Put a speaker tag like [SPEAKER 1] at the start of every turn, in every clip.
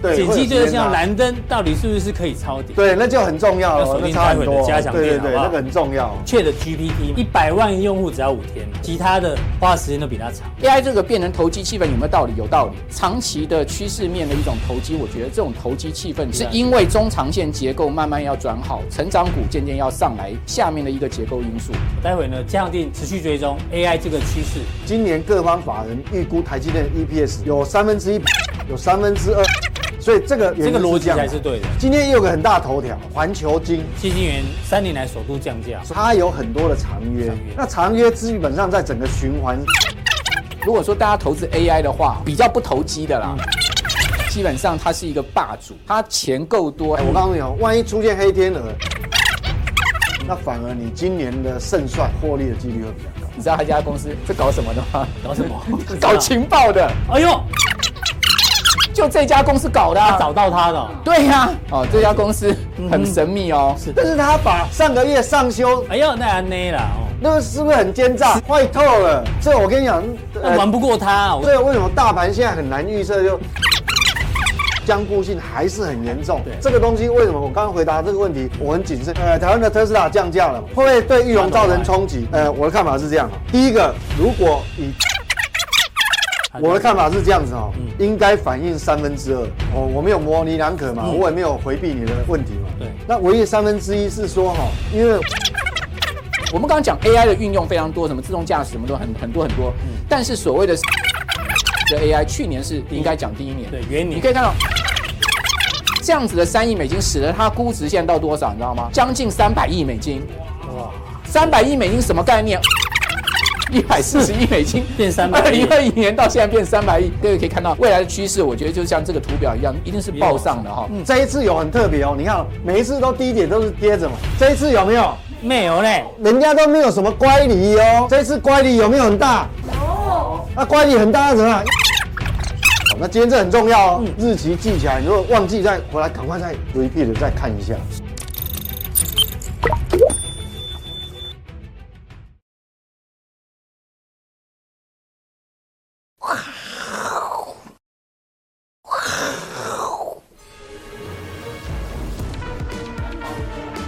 [SPEAKER 1] 对
[SPEAKER 2] 谨
[SPEAKER 1] 会有
[SPEAKER 2] 记就是
[SPEAKER 1] 时间
[SPEAKER 2] 像
[SPEAKER 1] 差
[SPEAKER 2] 蓝灯到底是不是可以超点？
[SPEAKER 1] 对，那就很重要
[SPEAKER 2] 要锁
[SPEAKER 1] 了，那
[SPEAKER 2] 定
[SPEAKER 1] 差很
[SPEAKER 2] 待会
[SPEAKER 1] 多
[SPEAKER 2] 的加强
[SPEAKER 1] 对对
[SPEAKER 2] 点
[SPEAKER 1] 对，
[SPEAKER 2] 好不好
[SPEAKER 1] 那个很重要。
[SPEAKER 2] 确的 GPT 一百万用户只要五天，其他的花的时间都比它长。
[SPEAKER 3] AI 这个变成投机气氛有没有道理？有道理。长期的趋势面的一种投机，我觉得这种投机气氛是因为中长线结构慢慢要转好，成长股渐渐要上来，下面的一个结构因素。
[SPEAKER 2] 待会呢，加强定持续追踪 AI 这个趋势，
[SPEAKER 1] 今年各方法人预估台积电的 EPS 有三分之一，有三分之二，所以这个原
[SPEAKER 2] 这
[SPEAKER 1] 因
[SPEAKER 2] 个逻辑
[SPEAKER 1] 这样
[SPEAKER 2] 才是对的。
[SPEAKER 1] 今天也有个很大头条，环球金。
[SPEAKER 2] 基金元三年来首度降价，
[SPEAKER 1] 它有很多的长约
[SPEAKER 2] 长约，
[SPEAKER 1] 那长约基本上在整个循环，
[SPEAKER 3] 如果说大家投资 AI 的话，比较不投机的啦，基本上它是一个霸主，它钱够多。
[SPEAKER 1] 哎我告诉你哦，万一出现黑天鹅，那反而你今年的胜算获利的几率会比较高。
[SPEAKER 3] 你知道他家公司在搞什么的吗？？
[SPEAKER 2] 搞 什么
[SPEAKER 3] 搞情报的，
[SPEAKER 2] 哎呦，
[SPEAKER 3] 就这家公司搞的啊、
[SPEAKER 2] 他找到他了。
[SPEAKER 3] 对呀、哦，这家公司很神秘哦。是
[SPEAKER 1] 但是它把上个月上修，
[SPEAKER 2] 哎呦，那安内啦哦，
[SPEAKER 1] 那是不是很奸诈？坏透了！这我跟你讲，呃
[SPEAKER 2] 那玩不过他啊，我
[SPEAKER 1] 这个为什么大盘现在很难预测？就僵固性还是很严重
[SPEAKER 2] 对。
[SPEAKER 1] 这个东西为什么我刚刚回答这个问题，我很谨慎。呃，台湾的特斯拉降价了，会不会对玉龙造成冲击？
[SPEAKER 2] 嗯
[SPEAKER 1] 呃，我的看法是这样哦。第一个，如果以我的看法是这样子哦，
[SPEAKER 2] 嗯
[SPEAKER 1] 应该反映三分之二。哦，我没有模棱两可嘛，
[SPEAKER 2] 嗯
[SPEAKER 1] 我也没有回避你的问题嘛。
[SPEAKER 2] 对
[SPEAKER 1] 那唯一三分之一是说哈，因为
[SPEAKER 3] 我们刚刚讲 AI 的运用非常多，什么自动驾驶什么都很很多很多。
[SPEAKER 2] 嗯
[SPEAKER 3] 但是所谓的的 AI，去年是应该讲第一年，
[SPEAKER 2] 对元年
[SPEAKER 3] 你可以看到。这样子的三亿美金，使得它估值现在到多少，你知道吗？将近三百亿美金。三百亿美金什么概念？一百四十亿美金
[SPEAKER 2] 变300
[SPEAKER 3] 二
[SPEAKER 2] 亿
[SPEAKER 3] 零二一年到现在变三百亿，各位可以看到未来的趋势，我觉得就像这个图表一样，一定是爆上的哈、
[SPEAKER 1] 这一次有很特别哦，你看哦每一次都低点都是跌着嘛，这一次有没有？
[SPEAKER 2] 没有嘞，
[SPEAKER 1] 人家都没有什么乖离哦，这次乖离有没有很大？有。那乖离很大那怎么样？好那今天这很重要哦，日期记起来，如果忘记再回来，赶快再 repeat 地再看一下。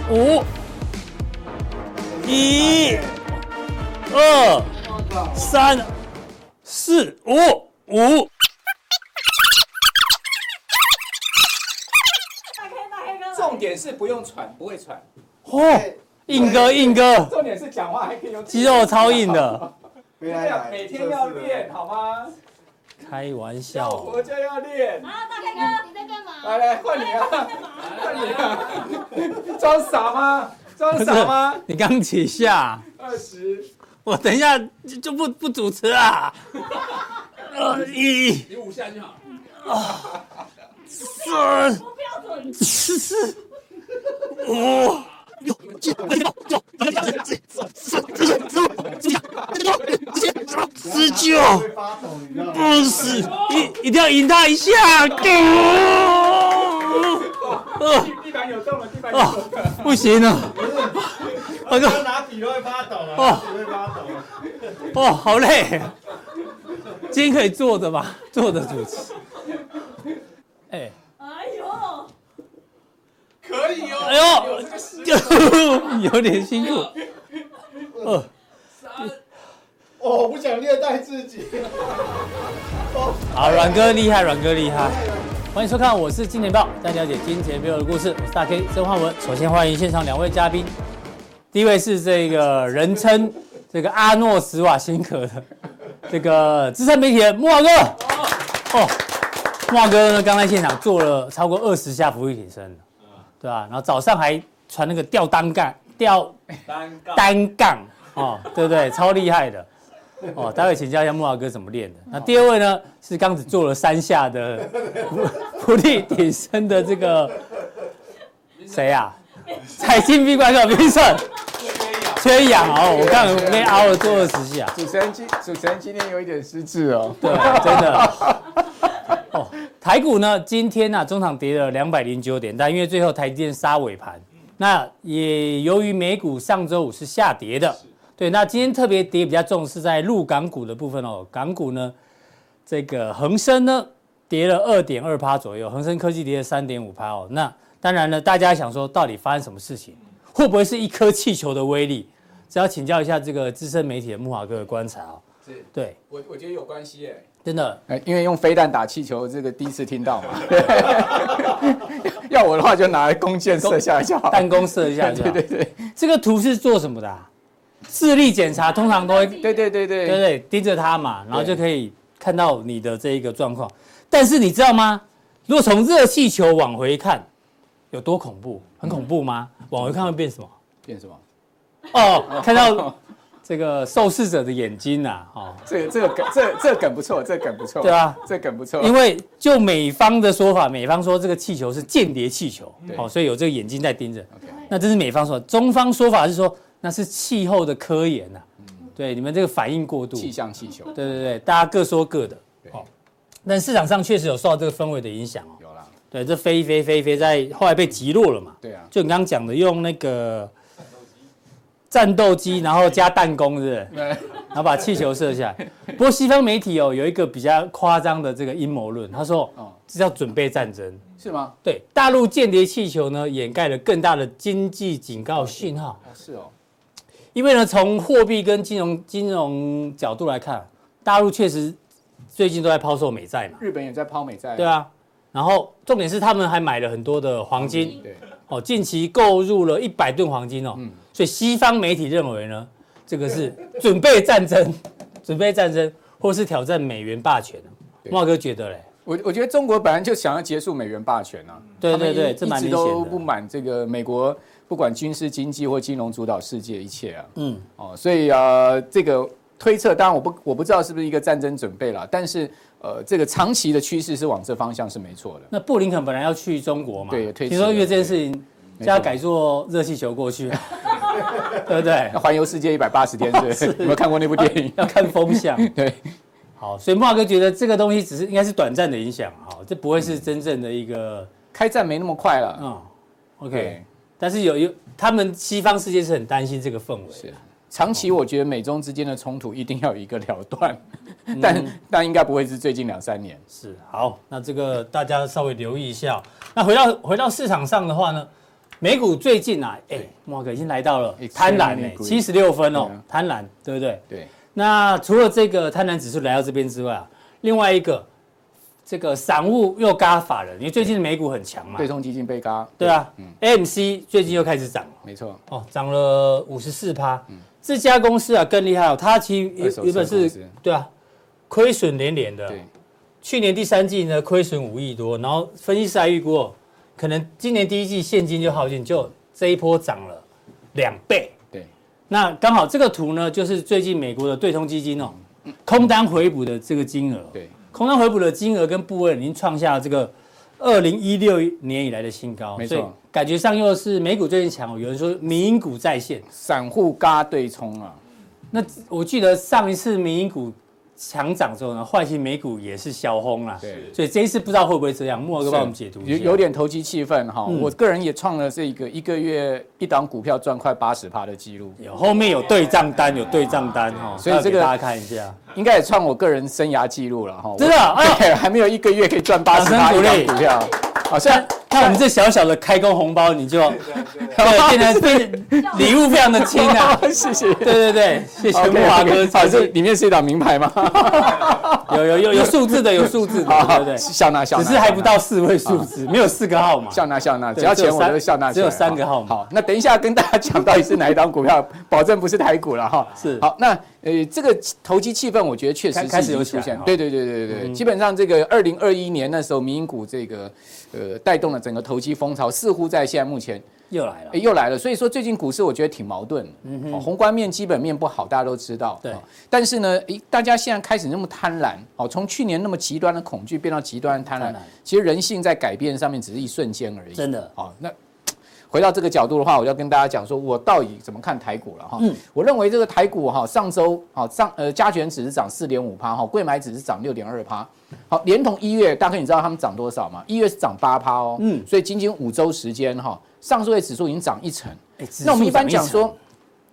[SPEAKER 2] 五、一、二、三、四、五、五。
[SPEAKER 3] 重点是不用喘，不会喘。
[SPEAKER 2] 哦，硬哥硬哥，
[SPEAKER 3] 重点是讲话还可以用
[SPEAKER 2] 肌肉超硬。的，
[SPEAKER 1] 回
[SPEAKER 3] 啊练好吗？
[SPEAKER 2] 开玩笑，
[SPEAKER 3] 就要练。
[SPEAKER 4] 啊，大哥哥，你在干嘛？哎
[SPEAKER 3] 来来，换你啊！换你啊！装傻吗？装傻吗？
[SPEAKER 2] 你刚几下？
[SPEAKER 3] 二十，
[SPEAKER 2] 我等一下就就不不主持啦。二一，
[SPEAKER 5] 你五下就好，
[SPEAKER 2] 三，四，五。十九，二十，一一定要赢他一下！呃
[SPEAKER 3] 地板有动了，地板有
[SPEAKER 2] 哦，不行了，大哥，
[SPEAKER 6] 拿笔都会发抖了，
[SPEAKER 2] 哦
[SPEAKER 6] 笔会
[SPEAKER 1] 啊
[SPEAKER 6] 发抖。
[SPEAKER 2] 哦，好累。今天可以坐着吧？坐着主持。哎，
[SPEAKER 4] 哎呦，
[SPEAKER 5] 可 以哦。
[SPEAKER 2] 哎呦， 有点辛苦。呃，
[SPEAKER 6] 哦，我不想虐待自己。
[SPEAKER 2] 好，阮哥厉害，阮哥厉害。欢迎收看，我是金钱豹，带你了解金钱背后的故事。我是大 K 曾焕文。首先欢迎现场两位嘉宾，第一位是这个人称这个阿诺斯瓦辛格的这个资深媒体人木华哥。哦，木华哥呢，刚在现场做了超过二十下俯卧撑，对啊吧、然后早上还传那个吊单杠，吊
[SPEAKER 5] 单杠
[SPEAKER 2] 单杠哦，对不对？超厉害的哦。待会请教一下木华哥怎么练的。那第二位呢是刚只做了三下的 伏地挺身的这个谁啊呀、财经闭关课评审缺氧哦，我刚刚被熬了做二十下，
[SPEAKER 3] 主持人今主持人今天有一点失智哦。
[SPEAKER 2] 对， 真的。哦，台股呢，今天呢、啊、中场跌了两百零九点，但因为最后台积电杀尾盘，那也由于美股上周五是下跌的，对，那今天特别跌比较重是在陆港股的部分哦，港股呢，这个恒生呢跌了二点二趴左右，恒生科技跌了三点五趴哦。那当然呢，大家想说到底发生什么事情？会不会是一颗气球的威力？只要请教一下这个资深媒体的木华哥的观察哦。
[SPEAKER 5] 是
[SPEAKER 2] 对，
[SPEAKER 5] 我我觉得有关系耶。
[SPEAKER 2] 真的
[SPEAKER 3] 哎，因为用飞弹打气球，这个第一次听到嘛。要我的话，就拿来弓箭射下就好。
[SPEAKER 2] 弹弓射一下就好
[SPEAKER 3] 对对对
[SPEAKER 2] 这个图是做什么的、啊？视力检查通常都会
[SPEAKER 3] 对对
[SPEAKER 2] 对
[SPEAKER 3] 对
[SPEAKER 2] 不
[SPEAKER 3] 对，
[SPEAKER 2] 对？盯着它嘛，然后就可以看到你的这一个状况。但是你知道吗？如果从热气球往回看，有多恐怖？很恐怖吗？往回看会变什么？
[SPEAKER 3] 变什么？
[SPEAKER 2] 哦，看到这个受试者的眼睛呐、啊，
[SPEAKER 3] 这个这个梗，这这梗不错，这梗不错。
[SPEAKER 2] 对啊，
[SPEAKER 3] 这梗不错
[SPEAKER 2] 哦，。因为就美方的说法，美方说这个气球是间谍气球，
[SPEAKER 3] 对
[SPEAKER 2] 哦，所以有这个眼睛在盯着。
[SPEAKER 3] OK
[SPEAKER 2] 那这是美方说法，中方说法是说那是气候的科研呐、对，你们这个反应过度，
[SPEAKER 3] 嗯气象气球
[SPEAKER 2] 对对对，大家各说各的。哦，但市场上确实有受到这个氛围的影响哦。
[SPEAKER 3] 有啦，
[SPEAKER 2] 对，这飞一飞飞一飞，在后来被击落了嘛。
[SPEAKER 3] 对啊，
[SPEAKER 2] 就你刚刚讲的，用那个战斗机，然后加弹弓，是不是？
[SPEAKER 3] 对
[SPEAKER 2] 然后把气球射下来。不过西方媒体哦，有一个比较夸张的这个阴谋论，他说
[SPEAKER 3] 哦
[SPEAKER 2] 这叫准备战争。
[SPEAKER 3] 是吗？
[SPEAKER 2] 对，大陆间谍气球呢，掩盖了更大的经济警告信号。
[SPEAKER 3] 哦是哦，
[SPEAKER 2] 因为呢，从货币跟金融金融角度来看，大陆确实最近都在抛售美债嘛，
[SPEAKER 3] 日本也在抛美债。
[SPEAKER 2] 对啊。然后重点是他们还买了很多的黄金，
[SPEAKER 3] 对，
[SPEAKER 2] 哦，近期购入了一百吨黄金
[SPEAKER 3] 嗯
[SPEAKER 2] 哦，所以西方媒体认为呢，这个是准备战争，准备战争，或是挑战美元霸权。哦
[SPEAKER 3] 对
[SPEAKER 2] 茂哥觉得嘞，
[SPEAKER 3] 我我觉得中国本来就想要结束美元霸权啊，
[SPEAKER 2] 对
[SPEAKER 3] 他们
[SPEAKER 2] 对对
[SPEAKER 3] 一
[SPEAKER 2] 这蛮
[SPEAKER 3] 一直
[SPEAKER 2] 明显
[SPEAKER 3] 都
[SPEAKER 2] 的
[SPEAKER 3] 不满这个美国不管军事、经济或金融主导世界一切啊，
[SPEAKER 2] 嗯，
[SPEAKER 3] 哦，所以呃，这个推测，当然我不我不知道是不是一个战争准备啦，但是呃，这个长期的趋势是往这方向是没错的。
[SPEAKER 2] 那布林肯本来要去中国嘛，
[SPEAKER 3] 对推迟
[SPEAKER 2] 听说因为
[SPEAKER 3] 了
[SPEAKER 2] 这件事情，
[SPEAKER 3] 没
[SPEAKER 2] 就要
[SPEAKER 3] 错
[SPEAKER 2] 改做热气球过去，啊 对不对
[SPEAKER 3] 那？环游世界一百八十天是 不是，有没有看过那部电影？
[SPEAKER 2] 要看风向。
[SPEAKER 3] 对，
[SPEAKER 2] 好，所以莫华哥觉得这个东西只是应该是短暂的影响，好，这不会是真正的一个
[SPEAKER 3] 开战没那么快了。
[SPEAKER 2] 嗯，OK。
[SPEAKER 3] 对，
[SPEAKER 2] 但是有有他们西方世界是很担心这个氛围，
[SPEAKER 3] 是长期我觉得美中之间的冲突一定要有一个了断，
[SPEAKER 2] 嗯
[SPEAKER 3] 但但应该不会是最近两三年。
[SPEAKER 2] 是好，那这个大家稍微留意一下哦。那回到回到市场上的话呢，美股最近啊，哎，莫华哥已经来到了
[SPEAKER 3] Extremely
[SPEAKER 2] 贪婪哎，七十六分哦
[SPEAKER 3] 对啊，
[SPEAKER 2] 贪婪，对不对？
[SPEAKER 3] 对，
[SPEAKER 2] 那除了这个贪婪指数来到这边之外啊，另外一个这个散户又嘎法人，因为最近的美股很强嘛
[SPEAKER 3] 对，嗯冲基金被嘎。
[SPEAKER 2] 对啊、a m c 最近又开始涨了，
[SPEAKER 3] 没错，
[SPEAKER 2] 哦，涨了五十四趴。这家公司啊更厉害哦，它其实
[SPEAKER 3] 嗯二
[SPEAKER 2] 原
[SPEAKER 3] 手车
[SPEAKER 2] 原本
[SPEAKER 3] 公
[SPEAKER 2] 是
[SPEAKER 3] 司，
[SPEAKER 2] 对啊，亏损连连的。
[SPEAKER 3] 对，
[SPEAKER 2] 去年第三季呢亏损五亿多，然后分析师还预估哦，可能今年第一季现金就耗尽，就这一波涨了两倍。
[SPEAKER 3] 对，
[SPEAKER 2] 那刚好这个图呢，就是最近美国的对冲基金哦，空单回补的这个金额。
[SPEAKER 3] 对，
[SPEAKER 2] 空单回补的金额跟部位已经创下这个二零一六年以来的新高，
[SPEAKER 3] 没错
[SPEAKER 2] 所以感觉上又是美股最近强，有人说民营股在线。
[SPEAKER 3] 散户嘎对冲啊，
[SPEAKER 2] 那我记得上一次民营股强涨之后呢，换期美股也是小红啦。
[SPEAKER 3] 对
[SPEAKER 2] 所以这一次不知道会不会这样，莫哥帮我们解读
[SPEAKER 3] 有
[SPEAKER 2] 一下。
[SPEAKER 3] 有点投机气氛哈。
[SPEAKER 2] 嗯
[SPEAKER 3] 我个人也创了这个一个月一档股票赚快八十趴的记录，
[SPEAKER 2] 有后面有对账单，有对账单哦，
[SPEAKER 3] 所以这
[SPEAKER 2] 要给
[SPEAKER 3] 个
[SPEAKER 2] 大家看一下，
[SPEAKER 3] 应该也创我个人生涯记录了哈。我
[SPEAKER 2] 真的啊哎呦
[SPEAKER 3] 对， 还没有一个月可以赚八
[SPEAKER 2] 掌
[SPEAKER 3] 十
[SPEAKER 2] 声
[SPEAKER 3] 趴
[SPEAKER 2] 鼓
[SPEAKER 3] 一档
[SPEAKER 2] 励
[SPEAKER 3] 股票，好像
[SPEAKER 2] 看看我们这小小的开工红包，你就对变得变得礼物非常的轻 啊。
[SPEAKER 3] 谢谢。
[SPEAKER 2] 对对对，谢谢木华哥，
[SPEAKER 3] 好，
[SPEAKER 2] 谢
[SPEAKER 3] 这
[SPEAKER 2] 谢
[SPEAKER 3] 里面是一档 名牌吗？
[SPEAKER 2] 有有有有数字的，有数字的，对不对？
[SPEAKER 3] 笑纳笑纳，
[SPEAKER 2] 只是还不到四位数
[SPEAKER 3] 啊
[SPEAKER 2] 字，没有四个号码。
[SPEAKER 3] 笑纳笑纳，
[SPEAKER 2] 对
[SPEAKER 3] 只要
[SPEAKER 2] 只有
[SPEAKER 3] 钱我
[SPEAKER 2] 三
[SPEAKER 3] 都笑纳起
[SPEAKER 2] 只
[SPEAKER 3] 来。
[SPEAKER 2] 有三个号码
[SPEAKER 3] 好，那等一下跟大家讲到底是哪一档股票，保证不是台股了哈。
[SPEAKER 2] 是
[SPEAKER 3] 好，那呃，这个投机气氛，我觉得确实
[SPEAKER 2] 开
[SPEAKER 3] 是
[SPEAKER 2] 开始
[SPEAKER 3] 已经
[SPEAKER 2] 有起
[SPEAKER 3] 出
[SPEAKER 2] 来
[SPEAKER 3] 现
[SPEAKER 2] 哈。嗯
[SPEAKER 3] 对对对对对对，基本上这个二零二一年那时候，民营股这个呃带动了整个投机风潮，似乎在现在目前
[SPEAKER 2] 又来了
[SPEAKER 3] 诶，又来了，所以说最近股市我觉得挺矛盾的。哦宏观面、基本面不好，大家都知道。
[SPEAKER 2] 嗯对
[SPEAKER 3] 哦但是呢，诶，大家现在开始那么贪婪，哦，从去年那么极端的恐惧变到极端的贪婪，
[SPEAKER 2] 贪婪
[SPEAKER 3] 其实人性在改变上面只是一瞬间而已。
[SPEAKER 2] 真的
[SPEAKER 3] 哦，那。回到这个角度的话，我要跟大家讲说，我到底怎么看台股了哈。我认为这个台股哈，上周好上呃加权只是涨四点五趴哈，贵买只是涨六点二趴。好，连同一月，大哥你知道他们涨多少吗？一月是涨八趴哦，
[SPEAKER 2] 嗯
[SPEAKER 3] 所以仅仅五周时间哈，上市会指数已经涨一成。
[SPEAKER 2] 哎指数
[SPEAKER 3] 那我们一般
[SPEAKER 2] 涨
[SPEAKER 3] 讲
[SPEAKER 2] 层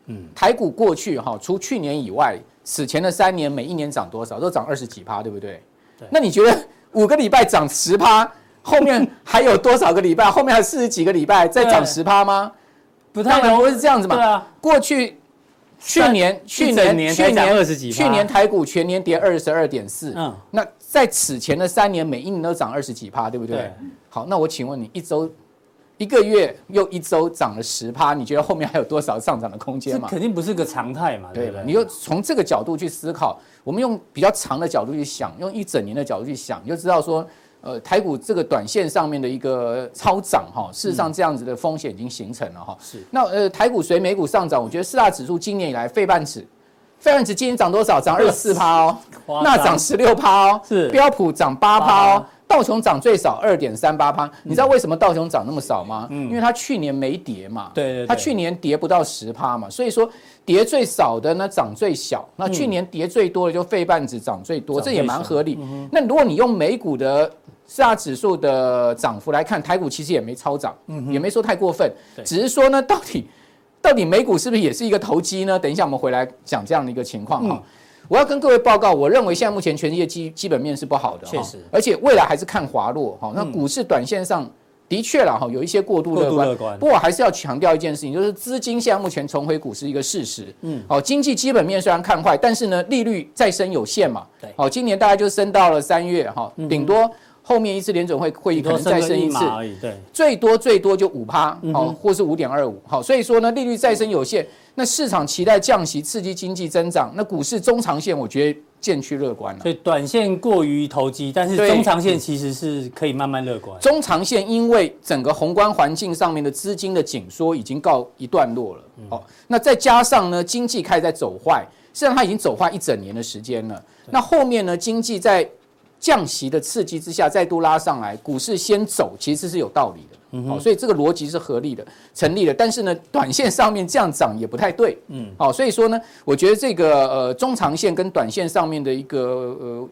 [SPEAKER 2] 嗯
[SPEAKER 3] 说，台股过去哈，除去年以外，此前的三年每一年涨多少？都涨二十几趴，对不对？那你觉得五个礼拜涨十趴，后 面还有多少个礼拜？后面还有四十几个礼拜再涨十趴吗？
[SPEAKER 2] 不太
[SPEAKER 3] 当然
[SPEAKER 2] 容
[SPEAKER 3] 不
[SPEAKER 2] 易
[SPEAKER 3] 是这样子嘛。
[SPEAKER 2] 对啊，
[SPEAKER 3] 过去去年去
[SPEAKER 2] 一整
[SPEAKER 3] 年
[SPEAKER 2] 年
[SPEAKER 3] 去
[SPEAKER 2] 才涨
[SPEAKER 3] 年
[SPEAKER 2] 20几趴
[SPEAKER 3] 去年台股全年跌二十二点四，
[SPEAKER 2] 嗯，
[SPEAKER 3] 那在此前的三年，每一年都涨二十几趴，对不对？
[SPEAKER 2] 对
[SPEAKER 3] 好，那我请问你，一周、一个月又一周涨了十趴，你觉得后面还有多少上涨的空
[SPEAKER 2] 这啊
[SPEAKER 3] 间嘛？
[SPEAKER 2] 肯定不是个常态嘛，对
[SPEAKER 3] 对
[SPEAKER 2] 不
[SPEAKER 3] 吧
[SPEAKER 2] 对？？
[SPEAKER 3] 你就从这个角度去思考，我们用比较长的角度去想，用一整年的角度去想，你就知道说，呃，台股这个短线上面的一个超涨哈，事实上这样子的风险已经形成了哈。
[SPEAKER 2] 是
[SPEAKER 3] 那呃，台股随美股上涨，我觉得四大指数今年以来，费半指。费半指今年涨多少？涨二十四趴哦，
[SPEAKER 2] 夸张
[SPEAKER 3] 那涨十六趴哦，
[SPEAKER 2] 是
[SPEAKER 3] 标普涨八趴
[SPEAKER 2] 8%
[SPEAKER 3] 哦，道琼涨最少二点三八趴。
[SPEAKER 2] 嗯
[SPEAKER 3] 你知道为什么道琼涨那么少吗？因为它去年没跌嘛，
[SPEAKER 2] 对对对
[SPEAKER 3] 它去年跌不到十趴嘛，所以说跌最少的呢涨最小，那去年跌最多的就费半指涨最多，
[SPEAKER 2] 嗯涨
[SPEAKER 3] 这
[SPEAKER 2] 最
[SPEAKER 3] 也蛮
[SPEAKER 2] 少嗯
[SPEAKER 3] 合理。那如果你用美股的四大指数的涨幅来看，台股其实也没超涨，也没说太过分
[SPEAKER 2] 嗯对，
[SPEAKER 3] 只是说呢，到底到底美股是不是也是一个投机呢？等一下我们回来讲这样的一个情况哈。我要跟各位报告，我认为现在目前全世界基基本面是不好的哈，
[SPEAKER 2] 确实嗯
[SPEAKER 3] 而且未来还是看滑落哈。那股市短线上的确了哈，有一些过度
[SPEAKER 2] 过
[SPEAKER 3] 乐
[SPEAKER 2] 度
[SPEAKER 3] 观，
[SPEAKER 2] 乐观
[SPEAKER 3] 不过我还是要强调一件事情，就是资金现在目前重回股市一个事实。嗯，好、经济基本面虽然看坏，但是呢，利率再升有限嘛。
[SPEAKER 2] 对嗯
[SPEAKER 3] 好、今年大概就升到了三月哈，顶、多后面一次联准会会议
[SPEAKER 2] 你
[SPEAKER 3] 可能再升一次，
[SPEAKER 2] 码而已，对，
[SPEAKER 3] 最多最多就五趴，好、或是五点二五，好，所以说呢，利率再升有限，那市场期待降息刺激经济增长，那股市中长线我觉得渐趋乐观了。
[SPEAKER 2] 所以短线过于投机，但是
[SPEAKER 3] 对
[SPEAKER 2] 中长线其实是可以慢慢乐观。
[SPEAKER 3] 中长线因为整个宏观环境上面的资金的紧缩已经告一段落了，
[SPEAKER 2] 嗯
[SPEAKER 3] 哦，那再加上呢，经济开始在走坏，实际上它已经走坏一整年的时间了。那后面呢，经济在降息的刺激之下再度拉上来，股市先走其实是有道理的，
[SPEAKER 2] 嗯
[SPEAKER 3] 哦，所以这个逻辑是合理的、成立的。但是呢，短线上面这样涨也不太对，嗯，好，所以说呢，我觉得这个呃中长线跟短线上面的一个呃。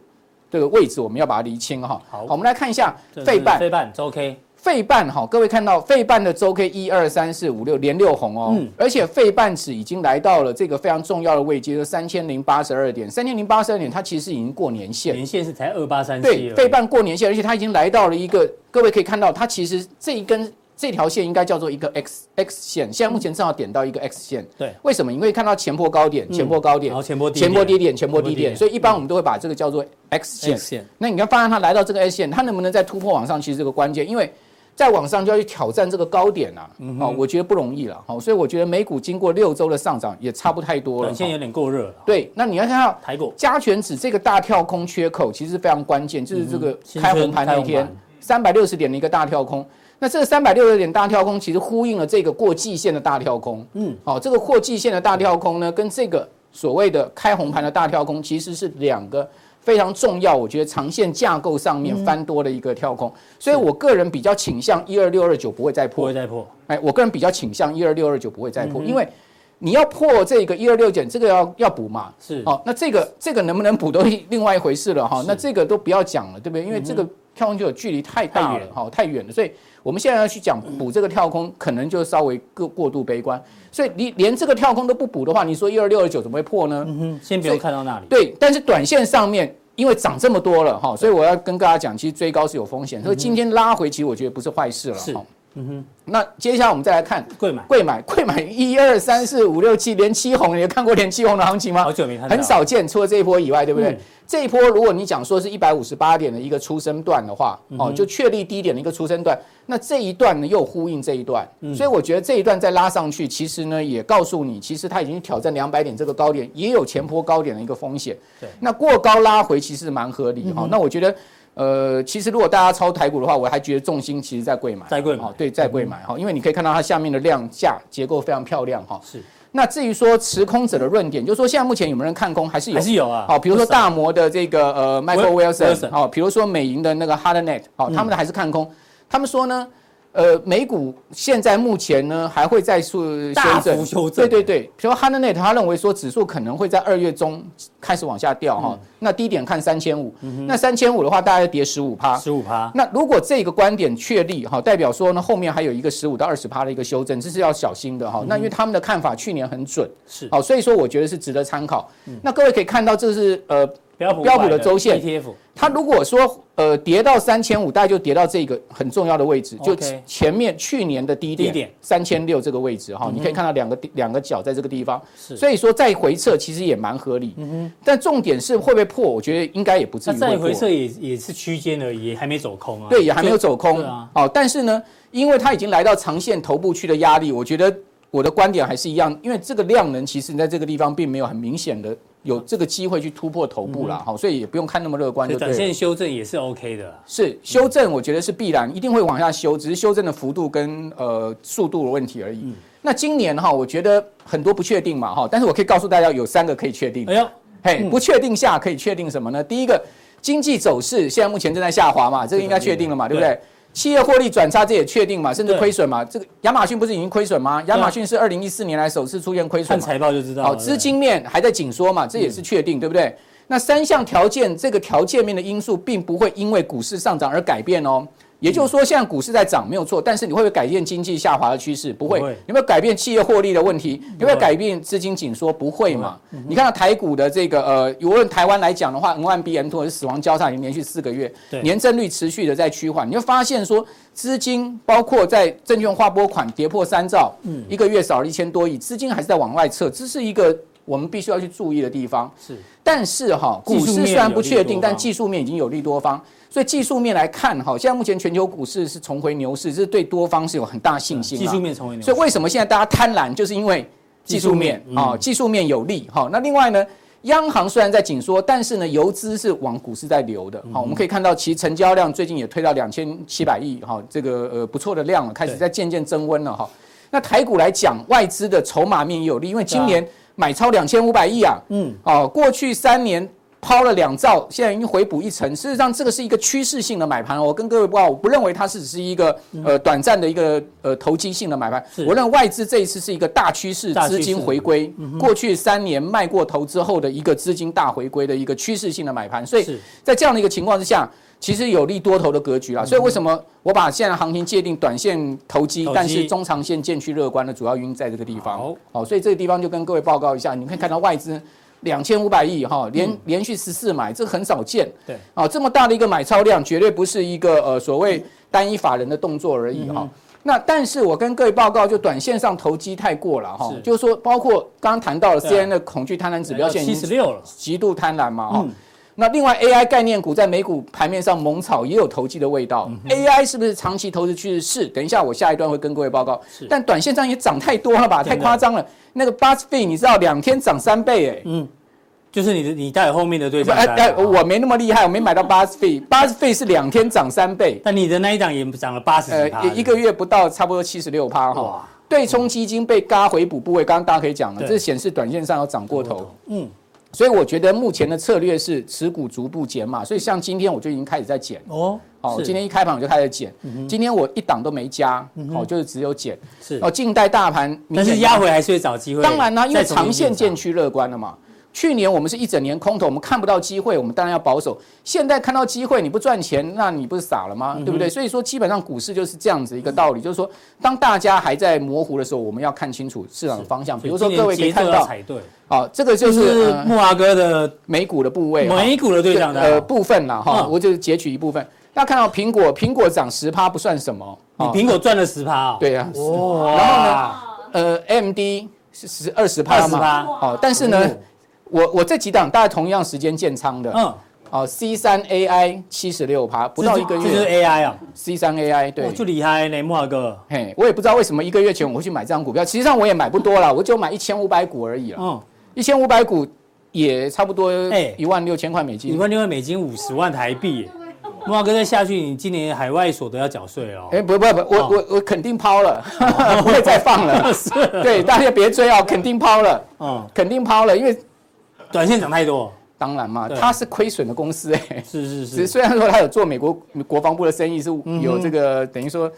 [SPEAKER 3] 这个位置我们要把它厘清哈。
[SPEAKER 2] 好
[SPEAKER 3] 我们来看一下
[SPEAKER 2] 这是
[SPEAKER 3] 费半，
[SPEAKER 2] 费半周 K
[SPEAKER 3] 费半哈，各位看到费半的周 K 一二三四五六连六红哦，
[SPEAKER 2] 嗯
[SPEAKER 3] 而且费半指已经来到了这个非常重要的位阶，就三千零八十二点，三千零八十二点它其实已经过年线，
[SPEAKER 2] 年线是才二八三七，
[SPEAKER 3] 对，费半过年线，而且它已经来到了一个，各位可以看到它其实这一根这条线应该叫做一个 X X 线，现在目前正好点到一个 X 线，
[SPEAKER 2] 对
[SPEAKER 3] 为什么？因为看到前波高点，前波高点，
[SPEAKER 2] 然后前波低
[SPEAKER 3] 嗯哦前波低
[SPEAKER 2] 点
[SPEAKER 3] 点，前波
[SPEAKER 2] 前
[SPEAKER 3] 低
[SPEAKER 2] 波低
[SPEAKER 3] 点，
[SPEAKER 2] 点
[SPEAKER 3] 所以一般我们都会把这个叫做 X 线。
[SPEAKER 2] X 线
[SPEAKER 3] 那你看，发现它来到这个 S 线，它能不能再突破往上，其实这个关键，因为再往上就要去挑战这个高点啊，
[SPEAKER 2] 嗯
[SPEAKER 3] 哦，我觉得不容易了，哦，所以我觉得美股经过六周的上涨也差不太多了
[SPEAKER 2] 短。线有
[SPEAKER 3] 哦
[SPEAKER 2] 点过热了。，
[SPEAKER 3] 对，那你要看到
[SPEAKER 2] 台股
[SPEAKER 3] 加权指这个大跳空缺口其实非常关键，就是这个
[SPEAKER 2] 嗯新春
[SPEAKER 3] 开红盘那
[SPEAKER 2] 开
[SPEAKER 3] 天
[SPEAKER 2] 红
[SPEAKER 3] 三百六十点的一个大跳空。那这个三百六十点大跳空，其实呼应了这个过季线的大跳空。
[SPEAKER 2] 嗯
[SPEAKER 3] 嗯，好，这个过季线的大跳空呢，跟这个所谓的开红盘的大跳空，其实是两个非常重要，我觉得长线架构上
[SPEAKER 2] 嗯
[SPEAKER 3] 面翻多的一个跳空。所以我个人比较倾向一二六二九不会再
[SPEAKER 2] 不
[SPEAKER 3] 破
[SPEAKER 2] 会，再嗯破，
[SPEAKER 3] 哎，我个人比较倾向一二六二九不会再破，因为你要破这个一二六减，这个要要补嘛。
[SPEAKER 2] 是
[SPEAKER 3] 好、那这个这个能不能补都一另外一回事了哈、
[SPEAKER 2] 是嗯
[SPEAKER 3] 那这个都不要讲了，对不对？因为这个跳空就有距离太大
[SPEAKER 2] 太
[SPEAKER 3] 了
[SPEAKER 2] 远，
[SPEAKER 3] 哈、太远了，所以我们现在要去讲补这个跳空，可能就稍微过过度悲观。所以你连这个跳空都不补的话，你说一二六二九怎么会破呢？
[SPEAKER 2] 嗯，先不用看到那里。
[SPEAKER 3] 对，但是短线上面因为涨这么多了哈，所以我要跟大家讲，其实追高是有风险，所以今天拉回其实我觉得不是坏事了。
[SPEAKER 2] 嗯是嗯
[SPEAKER 3] 哈，那接下来我们再来看
[SPEAKER 2] 贵买
[SPEAKER 3] 贵买，贵买一二三四五六七连七红，你有看过连七红的行情吗？
[SPEAKER 2] 好久没看到
[SPEAKER 3] 很少见，除了这一波以外，对不对？
[SPEAKER 2] 嗯
[SPEAKER 3] 这一波如果你讲说是一百五十八点的一个出生段的话，
[SPEAKER 2] 嗯
[SPEAKER 3] 哦，就确立低点的一个出生段，那这一段呢又呼应这一段，
[SPEAKER 2] 嗯
[SPEAKER 3] 所以我觉得这一段再拉上去，其实呢也告诉你，其实它已经挑战两百点这个高点，也有前坡高点的一个风险。
[SPEAKER 2] 对嗯
[SPEAKER 3] 那过高拉回其实蛮合理哈、哦。那我觉得。呃，其实如果大家抄台股的话，我还觉得重心其实在贵买，
[SPEAKER 2] 在贵买嗯
[SPEAKER 3] 哦，对，在贵买哈、哦，因为你可以看到它下面的量价结构非常漂亮哈、哦。
[SPEAKER 2] 是，
[SPEAKER 3] 那至于说持空者的论点，就是说现在目前有没有人看空，还是有，
[SPEAKER 2] 还是有啊
[SPEAKER 3] 好，比如说
[SPEAKER 2] 不少
[SPEAKER 3] 大摩的这个呃 Michael
[SPEAKER 2] Wil-
[SPEAKER 3] Wilson，
[SPEAKER 2] Wilson 嗯
[SPEAKER 3] 好，比如说美银的那个 Hardnet，好，他们的还是看空。他们说呢，呃，美股现在目前呢还会再次
[SPEAKER 2] 大幅修正
[SPEAKER 3] 对对对，比如说 Hardnet，他认为说指数可能会在二月中开始往下掉哈，
[SPEAKER 2] 嗯
[SPEAKER 3] 那低点看三千五，那三千五的话大概跌十五趴，
[SPEAKER 2] 十五趴，
[SPEAKER 3] 那如果这个观点确立哈，代表说呢后面还有一个十五到二十趴的一个修正，这是要小心的哈。那因为他们的看法去年很准，
[SPEAKER 2] 嗯是嗯
[SPEAKER 3] 好，所以说我觉得是值得参考。那各位可以看到，这是呃
[SPEAKER 2] 标普
[SPEAKER 3] 标普
[SPEAKER 2] 500
[SPEAKER 3] 的周线
[SPEAKER 2] ETF，
[SPEAKER 3] 它如果说呃跌到三千五，大概就跌到这个很重要的位置，就
[SPEAKER 2] OK
[SPEAKER 3] 前面去年的低
[SPEAKER 2] 低点嗯
[SPEAKER 3] 点三千六这个位置哈、你可以看到两个地两个角在这个地方，
[SPEAKER 2] 是
[SPEAKER 3] 所以说再回撤其实也蛮合理。但重点是会不会破？我觉得应该也不至
[SPEAKER 2] 它
[SPEAKER 3] 于
[SPEAKER 2] 再
[SPEAKER 3] 会破
[SPEAKER 2] 回。撤也也是区间而已，也还没走空啊。
[SPEAKER 3] 对，也还没有走空
[SPEAKER 2] 对啊。
[SPEAKER 3] 哦，但是呢，因为它已经来到长线头部区的压力，我觉得我的观点还是一样，因为这个量能其实在这个地方并没有很明显的有这个机会去突破头部啦。好，所以也不用看那么乐观
[SPEAKER 2] 嗯所
[SPEAKER 3] 就
[SPEAKER 2] 以
[SPEAKER 3] 对
[SPEAKER 2] 短
[SPEAKER 3] 了
[SPEAKER 2] 线。修正也是 OK 的啦。
[SPEAKER 3] 是修正，我觉得是必然，一定会往下修，只是修正的幅度跟呃速度的问题而已。
[SPEAKER 2] 嗯
[SPEAKER 3] 那今年哈，我觉得很多不确定嘛哈，但是我可以告诉大家有三个可以确定
[SPEAKER 2] 哎。呦，
[SPEAKER 3] 嘿，
[SPEAKER 2] 嗯
[SPEAKER 3] 不确定下可以确定什么呢？第一个，经济走势现在目前正在下滑嘛，这个应该确定了嘛，
[SPEAKER 2] 这
[SPEAKER 3] 对
[SPEAKER 2] 个
[SPEAKER 3] 不
[SPEAKER 2] 对
[SPEAKER 3] 对？企业获利转差这也确定嘛，甚至
[SPEAKER 2] 对啊
[SPEAKER 3] 亏损嘛。这个亚马逊不是已经亏损吗？亚马逊是二零一四年来首次出现亏损
[SPEAKER 2] 看
[SPEAKER 3] 嘛。
[SPEAKER 2] 财报嗯就知道了。
[SPEAKER 3] 好，资金面还在紧缩嘛，这也是确定，对不对？那三项条件，这个条件面的因素并不会因为股市上涨而改变哦。也就是说，现在股市在涨没有错，但是你会不会改变经济下滑的趋势？不会。
[SPEAKER 2] 不会
[SPEAKER 3] 你有没有改变企业获利的问题？有没
[SPEAKER 2] 不
[SPEAKER 3] 有
[SPEAKER 2] 会
[SPEAKER 3] 改变资金紧缩？不会嘛。
[SPEAKER 2] 嗯
[SPEAKER 3] 你看到台股的这个呃，无论台湾来讲的话，N 万 B M 或者是死亡交叉已经连续四个月
[SPEAKER 2] 对，
[SPEAKER 3] 年增率持续的在趋缓，你会发现说资金包括在证券划拨款跌破三兆，
[SPEAKER 2] 嗯
[SPEAKER 3] 一个月少了一千多亿，资金还是在往外撤，这是一个我们必须要去注意的地方。
[SPEAKER 2] 是
[SPEAKER 3] 但是哈，
[SPEAKER 2] 技术
[SPEAKER 3] 股
[SPEAKER 2] 面
[SPEAKER 3] 市虽然不确
[SPEAKER 2] 有
[SPEAKER 3] 定，
[SPEAKER 2] 利多方
[SPEAKER 3] 但技术面已经有利多方，所以技术面来看哈，现在目前全球股市是重回牛市，这对多方是有很大信心。
[SPEAKER 2] 嗯
[SPEAKER 3] 啊
[SPEAKER 2] 技术，面成为牛市
[SPEAKER 3] 所以为什么现在大家贪婪，就是因为技术面
[SPEAKER 2] 技术面
[SPEAKER 3] 啊，
[SPEAKER 2] 嗯
[SPEAKER 3] 技术面有利哈。那另外呢？央行虽然在紧缩，但是呢，游资是往股市在流
[SPEAKER 2] 嗯
[SPEAKER 3] 的。好，我们可以看到，其实成交量最近也推到两千七百亿，哈，这个呃不错的量了，开始
[SPEAKER 2] 对
[SPEAKER 3] 在渐渐增温了哈。那台股来讲，外资的筹码面也有利，因为
[SPEAKER 2] 啊
[SPEAKER 3] 今年买超两千五百亿啊，
[SPEAKER 2] 嗯，
[SPEAKER 3] 哦，过去三年抛了两兆，现在已经回补一成。事实上，这个是一个趋势性的买盘哦。我跟各位报告，我不认为它是只是一个呃短暂的一个呃投机性的买盘
[SPEAKER 2] 嗯是。
[SPEAKER 3] 我认为外资这一次是一个大趋势
[SPEAKER 2] 大趋势嗯
[SPEAKER 3] 资金回归，过去三年卖过头之后的一个资金大回归的一个趋势性的买盘。所以
[SPEAKER 2] 是
[SPEAKER 3] 在这样的一个情况之下。其实有利多头的格
[SPEAKER 2] 嗯
[SPEAKER 3] 局啦，所以为什么我把现在行情界定短线投机
[SPEAKER 2] 投，机
[SPEAKER 3] 但是中长线渐趋乐观的主要原因在这个地方。
[SPEAKER 2] 好
[SPEAKER 3] 好，所以这个地方就跟各位报告一下，你可以看到外资两千五百亿哈，连
[SPEAKER 2] 嗯
[SPEAKER 3] 连续十四买，这很少见。
[SPEAKER 2] 对，
[SPEAKER 3] 哦，这么大的一个买超量，绝对不是一个呃所谓单一法人的动作而已
[SPEAKER 2] 嗯
[SPEAKER 3] 哈。那但是我跟各位报告，就短线上投机太过了哈
[SPEAKER 2] 是，
[SPEAKER 3] 就是说包括刚刚谈到了
[SPEAKER 2] 对啊
[SPEAKER 3] C N 的恐惧贪婪指标线
[SPEAKER 2] 哎七
[SPEAKER 3] 已
[SPEAKER 2] 十
[SPEAKER 3] 经
[SPEAKER 2] 六了，
[SPEAKER 3] 极度贪婪嘛
[SPEAKER 2] 嗯
[SPEAKER 3] 哈。那另外，AI 概念股在美股盘面上猛炒，也有投机的味道。AI
[SPEAKER 2] 嗯
[SPEAKER 3] 是不是长期投资趋势？是。等一下，我下一段会跟各位报告
[SPEAKER 2] 是。
[SPEAKER 3] 但短线上也涨太多了吧，
[SPEAKER 2] 真的
[SPEAKER 3] 太夸张了。那个 BuzzFeed 你知道两天涨三倍哎、
[SPEAKER 2] 嗯就是你的你带后面的对
[SPEAKER 3] 不
[SPEAKER 2] 象
[SPEAKER 3] 哎
[SPEAKER 2] 单
[SPEAKER 3] 哎，我没那么厉害，我没买到 BuzzFeed，BuzzFeed 是两天涨三倍，
[SPEAKER 2] 但你的那一档也涨了八十几
[SPEAKER 3] 呃
[SPEAKER 2] 趴，，
[SPEAKER 3] 一一个月不到，差不多七十六趴
[SPEAKER 2] 哇
[SPEAKER 3] 哈。对冲基金被嘎回补部位，刚刚大家可以讲了，
[SPEAKER 2] 对
[SPEAKER 3] 这显示短线上有涨过头。
[SPEAKER 2] 嗯，
[SPEAKER 3] 所以我觉得目前的策略是持股逐步减码，所以像今天我就已经开始在减。
[SPEAKER 2] 哦，
[SPEAKER 3] 哦，
[SPEAKER 2] 是嗯
[SPEAKER 3] 今天一开盘我就开始减，今天我一档都没加，哦，就是只有减。
[SPEAKER 2] 是
[SPEAKER 3] 哦，，近代大盘明
[SPEAKER 2] 但是
[SPEAKER 3] 显
[SPEAKER 2] 压回还是会找机会。
[SPEAKER 3] 当然啦，因为
[SPEAKER 2] 再重新
[SPEAKER 3] 长线
[SPEAKER 2] 进场
[SPEAKER 3] 渐趋乐观了嘛。去年我们是一整年空头，我们看不到机会，我们当然要保守。现在看到机会，你不赚钱，那你不是傻了
[SPEAKER 2] 嗯
[SPEAKER 3] 吗？对不对？所以说，基本上股市就是这样子一个道理，就是说，当大家还在模糊的时候，我们要看清楚市场的方啊向。比如说，
[SPEAKER 2] 所以今年
[SPEAKER 3] 各位可
[SPEAKER 2] 节
[SPEAKER 3] 以
[SPEAKER 2] 奏
[SPEAKER 3] 看
[SPEAKER 2] 要
[SPEAKER 3] 到，
[SPEAKER 2] 踩对，
[SPEAKER 3] 好，这个
[SPEAKER 2] 就
[SPEAKER 3] 就
[SPEAKER 2] 是是
[SPEAKER 3] 呃
[SPEAKER 2] 木华哥的
[SPEAKER 3] 美股的部位，
[SPEAKER 2] 嗯美股的对象
[SPEAKER 3] 呃
[SPEAKER 2] 的，
[SPEAKER 3] 部分啦哈，
[SPEAKER 2] 嗯
[SPEAKER 3] 我就是截取一部分。大家看到苹果，苹果涨十趴不算什么，
[SPEAKER 2] 你
[SPEAKER 3] 哦
[SPEAKER 2] 苹果赚了十趴哦，，
[SPEAKER 3] 对呀，
[SPEAKER 2] 哇，
[SPEAKER 3] 然后
[SPEAKER 2] 呢，
[SPEAKER 4] 啊
[SPEAKER 3] 呃，MD 是十二十趴
[SPEAKER 2] 二十
[SPEAKER 3] 嘛，
[SPEAKER 2] 趴，
[SPEAKER 3] 哦，但是呢，我我这几档大概同样时间建仓的，
[SPEAKER 2] 嗯，
[SPEAKER 3] 哦，C 三 AI 七十六趴，不到一个
[SPEAKER 2] 这就这就是
[SPEAKER 3] 月
[SPEAKER 2] AI 啊，
[SPEAKER 3] ，C 三 AI
[SPEAKER 2] 哇
[SPEAKER 3] 对，
[SPEAKER 2] 就厉害呢，木华哥，
[SPEAKER 3] 嘿，我也不知道为什么一个月前我会去买这张股票，其实上我也买不多啦，我就买一千五百股而已啦，
[SPEAKER 2] 嗯，
[SPEAKER 3] 一千五百股也差不多
[SPEAKER 2] 哎
[SPEAKER 3] 一万六千块美
[SPEAKER 2] 一
[SPEAKER 3] 金，
[SPEAKER 2] 万六万美金五十万台币耶，
[SPEAKER 4] 哎
[SPEAKER 2] 木华哥再下去，你今年海外所得要缴税哦，
[SPEAKER 3] 哎，不不不，我我我肯定抛了， 不会再放了。
[SPEAKER 2] 是，
[SPEAKER 3] 对，大家别追哦，肯定抛了，
[SPEAKER 2] 嗯，
[SPEAKER 3] 肯定抛了，因为
[SPEAKER 2] 短线涨太多，
[SPEAKER 3] 当然嘛，
[SPEAKER 2] 对
[SPEAKER 3] 它是亏损的公司哎。
[SPEAKER 2] 是是
[SPEAKER 3] 只
[SPEAKER 2] 是，嗯
[SPEAKER 3] 虽然说它有做美国国防部的生意，是有这个等于说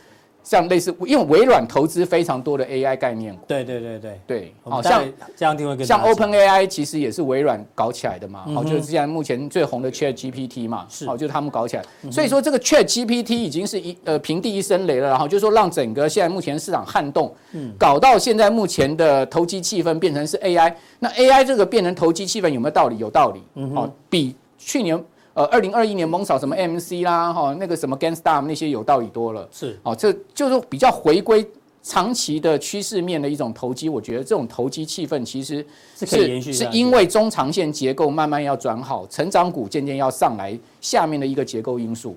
[SPEAKER 3] 像类似，因为微软投资非常多的 AI 概念股，
[SPEAKER 2] 对对对对，
[SPEAKER 3] 对，
[SPEAKER 2] 我
[SPEAKER 3] 好
[SPEAKER 2] 们待
[SPEAKER 3] 哦像
[SPEAKER 2] 会这样听会更
[SPEAKER 3] 像
[SPEAKER 2] 大家讲
[SPEAKER 3] OpenAI 其实也是微软搞起来的嘛，
[SPEAKER 2] 嗯
[SPEAKER 3] 好，
[SPEAKER 2] 哼嗯
[SPEAKER 3] 就是现在目前最红的 ChatGPT 嘛，
[SPEAKER 2] 是嗯
[SPEAKER 3] 好，就是他们搞起来，所以说这个 ChatGPT 已经是一呃平地一声雷了，然后就是说让整个现在目前市场撼动，
[SPEAKER 2] 嗯
[SPEAKER 3] 搞到现在目前的投
[SPEAKER 2] 嗯
[SPEAKER 3] 机气氛变成是 AI，那 AI 这个变成投机气氛有没有道理？有道理，哦，比。去年呃二零二一年猛扫什么 MC 啦，哈、那个什么 Gangstar 那些有道理多了。
[SPEAKER 2] 是
[SPEAKER 3] 哦，这就是比较回归长期的趋势面的一种投机。我觉得这种投机气氛其实
[SPEAKER 2] 是可以延续
[SPEAKER 3] 是
[SPEAKER 2] 下去
[SPEAKER 3] 因为中长线结构慢慢要转好，成长股渐渐要上来，下面的一个结构因素。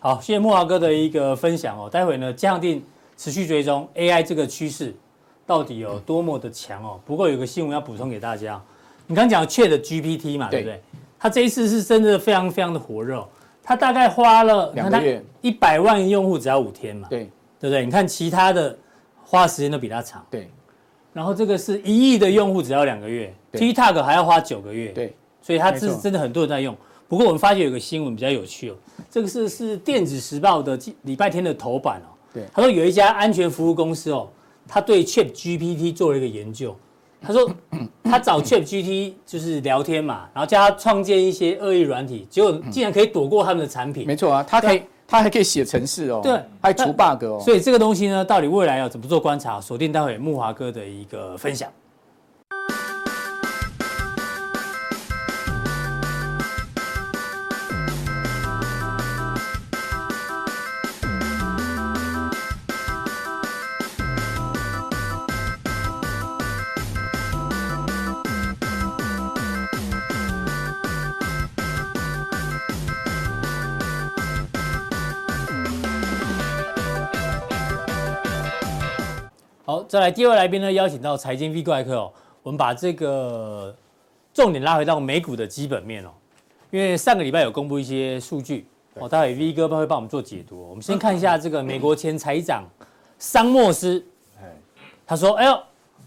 [SPEAKER 2] 好，谢谢木华哥的一个分享哦。待会呢，嘉强定持续追踪 AI 这个趋势到底有多么的强哦。不过有个新闻要补充给大家哦，你刚讲 Chat GPT 嘛，对
[SPEAKER 3] 对
[SPEAKER 2] 不对？它这一次是真的非常非常的火热哦，它大概花了
[SPEAKER 3] 两个月
[SPEAKER 2] 一百万用户只要五天嘛，
[SPEAKER 3] 对
[SPEAKER 2] 对不对？你看其他的花时间都比它长，
[SPEAKER 3] 对
[SPEAKER 2] 然后这个是一亿的用户只要两个月
[SPEAKER 3] 对
[SPEAKER 2] ，TikTok 还要花九个月，
[SPEAKER 3] 对，
[SPEAKER 2] 所以它
[SPEAKER 3] 没
[SPEAKER 2] 是
[SPEAKER 3] 错
[SPEAKER 2] 真的很多人在用。不过我们发现有个新闻比较有趣哦，这个是是电子时报的记礼拜天的头版哦。
[SPEAKER 3] 对
[SPEAKER 2] 他说有一家安全服务公司哦，他对 Chat GPT 做了一个研究，他 说他找 Chat GPT 就是聊天嘛，然后叫他创建一些恶意软体，结果竟然可以躲过他们的产品。
[SPEAKER 3] 嗯没错啊，它可以它还可以写程式哦，
[SPEAKER 2] 对
[SPEAKER 3] 还除 bug 哦。
[SPEAKER 2] 所以这个东西呢，到底未来要怎么做观察？锁定待会木华哥的一个分享。好，再来第二位来宾呢，邀请到财经 V 怪客哦，我们把这个重点拉回到美股的基本面哦，因为上个礼拜有公布一些数据哦，待会 V 哥会帮我们做解读哦、我们先看一下这个美国前财长桑莫斯，他说：“哎呦，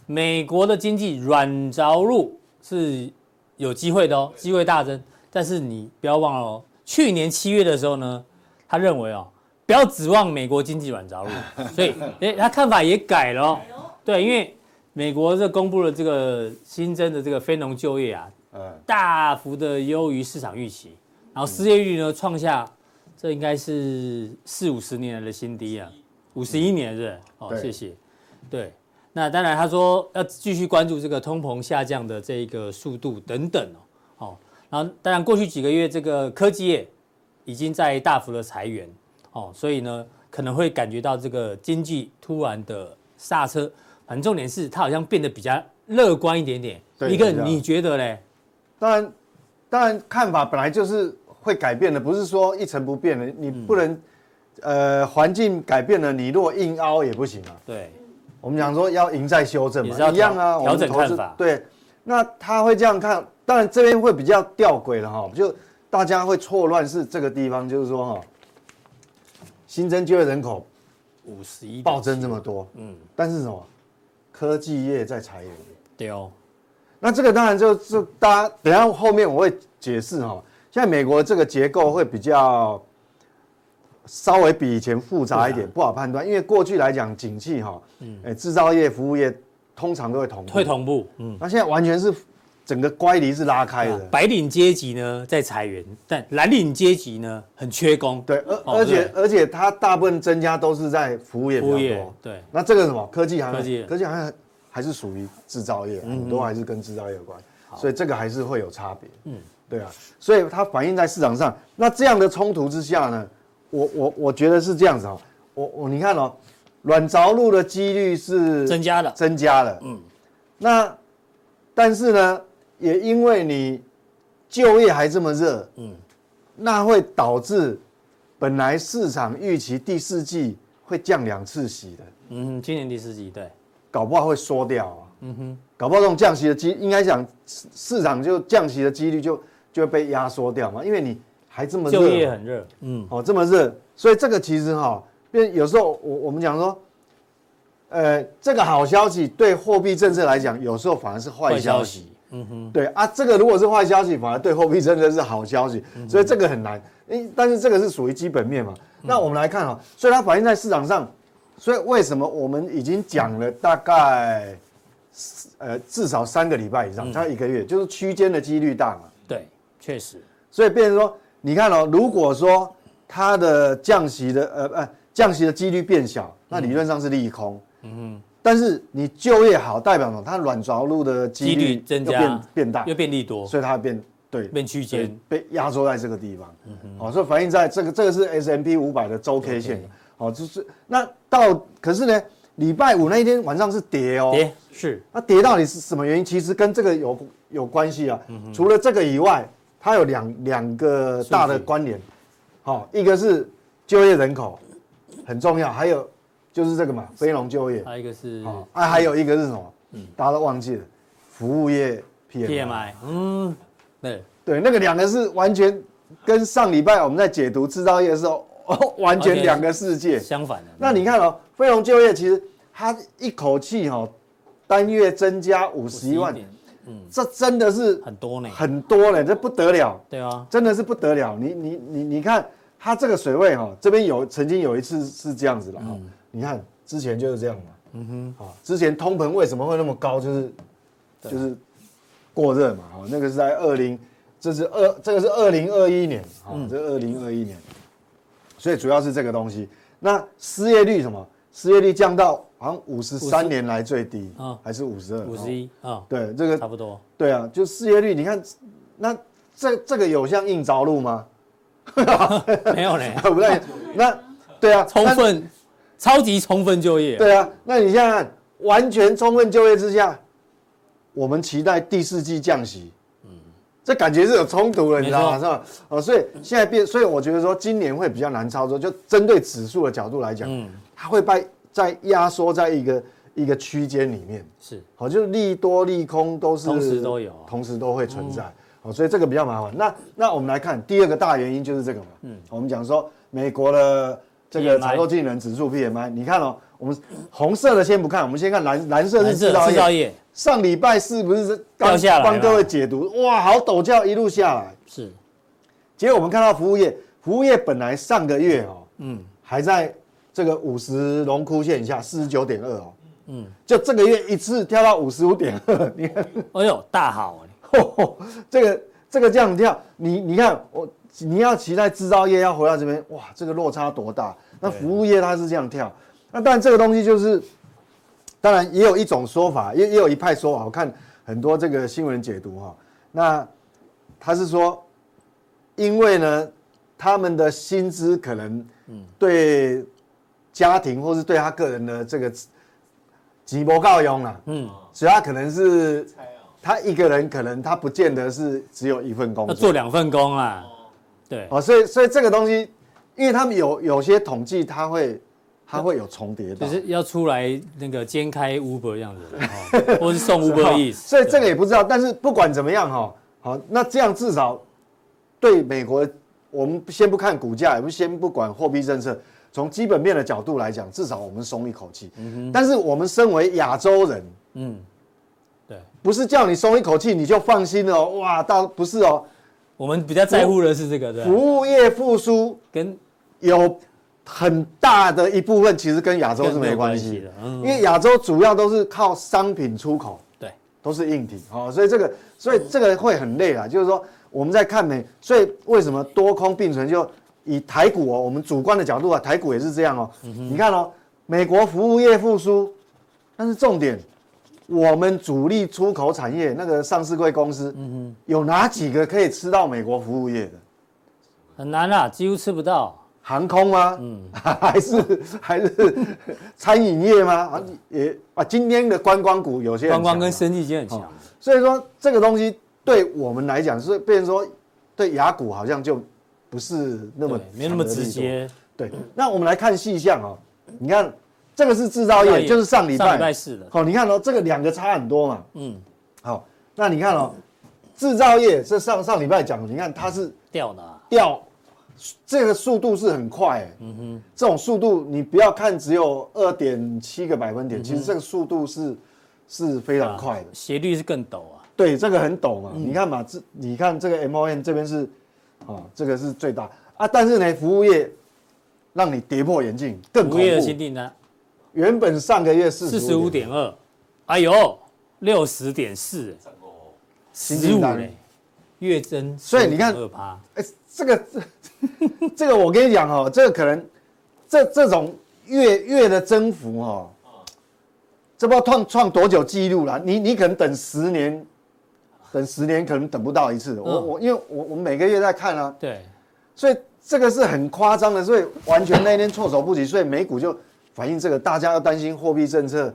[SPEAKER 2] 美国的经济软着陆是有机会的哦，机会大增。但是你不要忘了哦，去年七月的时候呢，他认为哦，不要指望美国经济软着陆， 所以哎，他看法也改了、哦。对，因为美国这公布了这个新增的这个非农就业啊，
[SPEAKER 6] 嗯，
[SPEAKER 2] 大幅的优于市场预期，然后失业率呢创下这应该是四五十年来的新低啊，五十一年是不是哦，
[SPEAKER 6] 对
[SPEAKER 2] 谢谢。对，那当然他说要继续关注这个通膨下降的这个速度等等哦，哦，然后当然过去几个月这个科技业已经在大幅的裁员哦，所以呢可能会感觉到这个经济突然的刹车，反正重点是它好像变得比较乐观一点点。
[SPEAKER 1] 对
[SPEAKER 2] 一个
[SPEAKER 1] 是这样
[SPEAKER 2] 你觉得嘞？
[SPEAKER 1] 当然，当然看法本来就是会改变的，不是说一成不变的。你不能，
[SPEAKER 2] 嗯
[SPEAKER 1] 呃，环境改变了，你若硬凹也不行啊。
[SPEAKER 2] 对，
[SPEAKER 1] 我们讲说要赢在修正
[SPEAKER 2] 也
[SPEAKER 1] 嘛
[SPEAKER 2] 是要，
[SPEAKER 1] 一样啊，
[SPEAKER 2] 调
[SPEAKER 1] 我们
[SPEAKER 2] 调整
[SPEAKER 1] 投资
[SPEAKER 2] 看法
[SPEAKER 1] 对，那他会这样看，当然这边会比较吊诡了哈，就大家会错乱是这个地方，就是说哈，新增就业人口
[SPEAKER 2] 五十一
[SPEAKER 1] 暴增这么多，
[SPEAKER 2] 嗯
[SPEAKER 1] 嗯，但是什么，科技业在裁员。
[SPEAKER 2] 对哦，
[SPEAKER 1] 那这个当然就是大家等一下后面我会解释哈。现在美国这个结构会比较稍微比以前复杂一
[SPEAKER 2] 啊
[SPEAKER 1] 点，不好判断，因为过去来讲景气哈，嗯，哎，制造业、服务业通常都会同步
[SPEAKER 2] 会。同步，嗯，
[SPEAKER 1] 那现在完全是整个乖离是拉开的，
[SPEAKER 2] 白领阶级呢在裁员，但蓝领阶级呢很缺工，
[SPEAKER 1] 对，而而且而且它大部分增加都是在服务业比
[SPEAKER 2] 服务
[SPEAKER 1] 较
[SPEAKER 2] 业
[SPEAKER 1] 多。
[SPEAKER 2] 对
[SPEAKER 1] 那这个什么科技行
[SPEAKER 2] 科技业嗯
[SPEAKER 1] 业，科技行业还是属于制造业，很多还是跟制造业有关，所以这个还是会有差别。嗯，对啊，所以它反映在市场上。那这样的冲突之下呢，我我我觉得是这样子哦，我我你看哦，软着陆的几率是
[SPEAKER 2] 增加了，
[SPEAKER 1] 增加了，嗯，那但是呢，也因为你就业还这么热，嗯，那会导致本来市场预期第四季会降两次息的，
[SPEAKER 2] 嗯，今年第四季对，
[SPEAKER 1] 搞不好会缩掉啊，嗯哼，搞不好这种降息的机，应该讲市市场就降息的几率就就会被压缩掉嘛，因为你还这么热，
[SPEAKER 2] 就业很热，嗯，
[SPEAKER 1] 哦，这么热，所以这个其实哈、变有时候我我们讲说，呃，这个好消息对货币政策来讲，有时候反而是坏消息。，
[SPEAKER 2] 嗯哼，
[SPEAKER 1] 对啊，这个如果是坏消息，反而对货币政策是好消息，所以这个很难。诶，但是这个是属于基本面嘛。那我们来看啊、所以它反映在市场上，所以为什么我们已经讲了大概，呃，至少三个礼拜以上，差一个月，就是区间的几率大嘛。
[SPEAKER 2] 对，确实，
[SPEAKER 1] 所以变成说，你看哦，如果说它的降息的呃呃降息的几率变小，那理论上是利空。嗯但是你就业好，代表什么？它软着陆的几
[SPEAKER 2] 几率
[SPEAKER 1] 率
[SPEAKER 2] 增
[SPEAKER 1] 又
[SPEAKER 2] 加
[SPEAKER 1] 变变大
[SPEAKER 2] 又，变利多，
[SPEAKER 1] 所以它变对
[SPEAKER 2] 变区
[SPEAKER 1] 对
[SPEAKER 2] 间，
[SPEAKER 1] 哦被压缩在这个地方，哦，所以反映在这个这个是 S M P 五百的周 K 线，哦，就是那到可是呢，礼拜五那一天晚上是跌哦，
[SPEAKER 2] 跌是
[SPEAKER 1] 那跌到底是什么原因？其实跟这个有有关系啊。除了这个以外，它有两两个大的关联，好、一个是就业人口很重要，还有就是这个嘛，非农就业，
[SPEAKER 2] 还有一个是
[SPEAKER 1] 好、啊，还有一个是什么？大家都忘记了，服务业 PMI。
[SPEAKER 2] PMI，嗯，对，
[SPEAKER 1] 对，那个两个是完全跟上礼拜我们在解读制造业的时候， 哦完全两个世界。
[SPEAKER 2] 相反的。
[SPEAKER 1] 那你看哦，非农就业其实它一口气哈、哦，单月增加五十一万
[SPEAKER 2] 51，点
[SPEAKER 1] 这真的是
[SPEAKER 2] 很多呢，
[SPEAKER 1] 很多了，这不得了，
[SPEAKER 2] 对啊，
[SPEAKER 1] 真的是不得了。你你你你看它这个水位哈、这边有曾经有一次是这样子的哈、你看之前就是这样嘛，嗯哼，啊，之前通膨为什么会那么高，就是就是过热嘛，哦，那个是在二零，这是二这个是二零二一年，啊、这二零二一年，所以主要是这个东西。那失业率什么？失业率降到好像五十三年来最低，
[SPEAKER 2] 啊
[SPEAKER 1] 还是五十二？
[SPEAKER 2] 五十
[SPEAKER 1] 哦。
[SPEAKER 2] 一啊，
[SPEAKER 1] 对，这个
[SPEAKER 2] 差不多。
[SPEAKER 1] 对啊，就失业率，你看，那这这个有像硬着陆吗？
[SPEAKER 2] 没有嘞，
[SPEAKER 1] 不太，那对啊，
[SPEAKER 2] 充
[SPEAKER 1] 那
[SPEAKER 2] 分，超级充分就业。
[SPEAKER 1] 对啊，那你想想看，完全充分就业之下，我们期待第四季降息，这感觉是有冲突了，你知道吗？
[SPEAKER 2] 嗯没
[SPEAKER 1] 是吧？哦，所以现在变，所以我觉得说今年会比较难操作，就针对指数的角度来讲，
[SPEAKER 2] 嗯，
[SPEAKER 1] 它会被在压缩在一个一个区间里面。
[SPEAKER 2] 是
[SPEAKER 1] 好，就是利多利空都是
[SPEAKER 2] 同时都有啊嗯
[SPEAKER 1] 同时都会存在。好，所以这个比较麻烦。那那我们来看第二个大原因就是这个嘛。嗯，我们讲说美国的这个
[SPEAKER 2] PMI
[SPEAKER 1] 采购经理人指数 PMI，你看哦，我们红色的先不看，我们先看蓝蓝色是制造
[SPEAKER 2] 制造
[SPEAKER 1] 业。
[SPEAKER 2] 业
[SPEAKER 1] 上礼拜四不是刚
[SPEAKER 2] 掉下来
[SPEAKER 1] 帮
[SPEAKER 2] 了
[SPEAKER 1] 各位解读，哇，好陡峭一路下来。
[SPEAKER 2] 是
[SPEAKER 1] 结果我们看到服务业，服务业本来上个月哦，嗯，还在这个五十龙枯线以下，四十九点二哦，嗯，就这个月一次跳到五十五点二， 你看，
[SPEAKER 2] 哎呦，大好欸
[SPEAKER 1] 吼这个这个这样跳，你你看我，你要期待制造业要回到这边，哇，这个落差多大？那服务业它是这样跳，那但这个东西就是，当然也有一种说法，也也有一派说法，我看很多这个新闻解读哈、那他是说，因为呢，他们的薪资可能对家庭或是对他个人的这个急不够用啊，嗯，所以他可能是他一个人可能他不见得是只有一份工
[SPEAKER 2] 要
[SPEAKER 1] 作
[SPEAKER 2] 做，两份工啊。对，
[SPEAKER 1] 哦，所以所以这个东西，因为他们有有些统计，他会他会有重叠到，
[SPEAKER 2] 就是要出来那个兼开 Uber 这 样子，哦或是送 Uber
[SPEAKER 1] 哦
[SPEAKER 2] Eats。
[SPEAKER 1] 所以这个也不知道。但是不管怎么样哈，好，那这样至少对美国，我们先不看股价，也不先不管货币政策，从基本面的角度来讲，至少我们松一口气。但是我们身为亚洲人，
[SPEAKER 2] 嗯，对，
[SPEAKER 1] 不是叫你松一口气你就放心了哦、哇，倒不是哦，
[SPEAKER 2] 我们比较在乎的是这个，对吧，
[SPEAKER 1] 服务业复苏
[SPEAKER 2] 跟
[SPEAKER 1] 有很大的一部分其实跟亚洲是
[SPEAKER 2] 跟没
[SPEAKER 1] 没
[SPEAKER 2] 有
[SPEAKER 1] 关
[SPEAKER 2] 关系
[SPEAKER 1] 系
[SPEAKER 2] 的
[SPEAKER 1] 的，
[SPEAKER 2] 嗯
[SPEAKER 1] 因为亚洲主要都是靠商品出口。
[SPEAKER 2] 对
[SPEAKER 1] 都是硬体，哦，所以这个，所以这个会很累啊。就是说，我们在看美，所以为什么多空并存？就以台股哦，我们主观的角度啊，台股也是这样哦。
[SPEAKER 2] 嗯
[SPEAKER 1] 你看哦，美国服务业复苏，但是重点，我们主力出口产业那个上市贵公司，
[SPEAKER 2] 嗯
[SPEAKER 1] 有哪几个可以吃到美国服务业的？
[SPEAKER 2] 很难啦，几乎吃不到。
[SPEAKER 1] 航空吗？嗯， 还是还是餐饮业吗？啊，也啊，今天的观光股有些很
[SPEAKER 2] 观光
[SPEAKER 1] 强
[SPEAKER 2] 跟
[SPEAKER 1] 啊
[SPEAKER 2] 生意已经很强，
[SPEAKER 1] 所以说这个东西对我们来讲是，变成说对雅股好像就不是那么
[SPEAKER 2] 对，没那么
[SPEAKER 1] 强的
[SPEAKER 2] 直
[SPEAKER 1] 力度。
[SPEAKER 2] 接。
[SPEAKER 1] 对，那我们来看细项哦，你看这个是制造业，哦就是上礼
[SPEAKER 2] 上礼
[SPEAKER 1] 拜
[SPEAKER 2] 拜。四的，
[SPEAKER 1] 好、你看哦，这个两个差很多嘛。
[SPEAKER 2] 嗯，
[SPEAKER 1] 好、那你看哦，制造业这上上礼拜讲的，你看它是
[SPEAKER 2] 掉的啊，
[SPEAKER 1] 掉，这个速度是很快、欸。嗯哼，这种速度你不要看只有二点七个百
[SPEAKER 2] 嗯
[SPEAKER 1] 分点，其实这个速度是是非
[SPEAKER 2] 啊
[SPEAKER 1] 常快的。
[SPEAKER 2] 斜率是更陡啊，
[SPEAKER 1] 对，这个很陡嘛，
[SPEAKER 2] 嗯
[SPEAKER 1] 你看嘛，这你看这个 MON 这边是，哦，这个是最大啊，但是呢，服务业让你跌破眼镜，更
[SPEAKER 2] 服
[SPEAKER 1] 恐
[SPEAKER 2] 务业的新
[SPEAKER 1] 怖。
[SPEAKER 2] 订单
[SPEAKER 1] 原本上个月四
[SPEAKER 2] 四十五点二，哎呦，六十点四，十
[SPEAKER 1] 订
[SPEAKER 2] 五
[SPEAKER 1] 单
[SPEAKER 2] 嘞，月增，
[SPEAKER 1] 所以你看
[SPEAKER 2] 二趴，
[SPEAKER 1] 哎、这个这这个 我跟你讲哦，这个可能这这种月月的增幅哦，这不知道创创多久记录了，你你可能等十年等十年可能等不到一次。我
[SPEAKER 2] 嗯
[SPEAKER 1] 我因为我我每个月在看啊，
[SPEAKER 2] 对，
[SPEAKER 1] 所以这个是很夸张的，所以完全那一天措手不及，所以美股就反映这个，大家要担心货币政策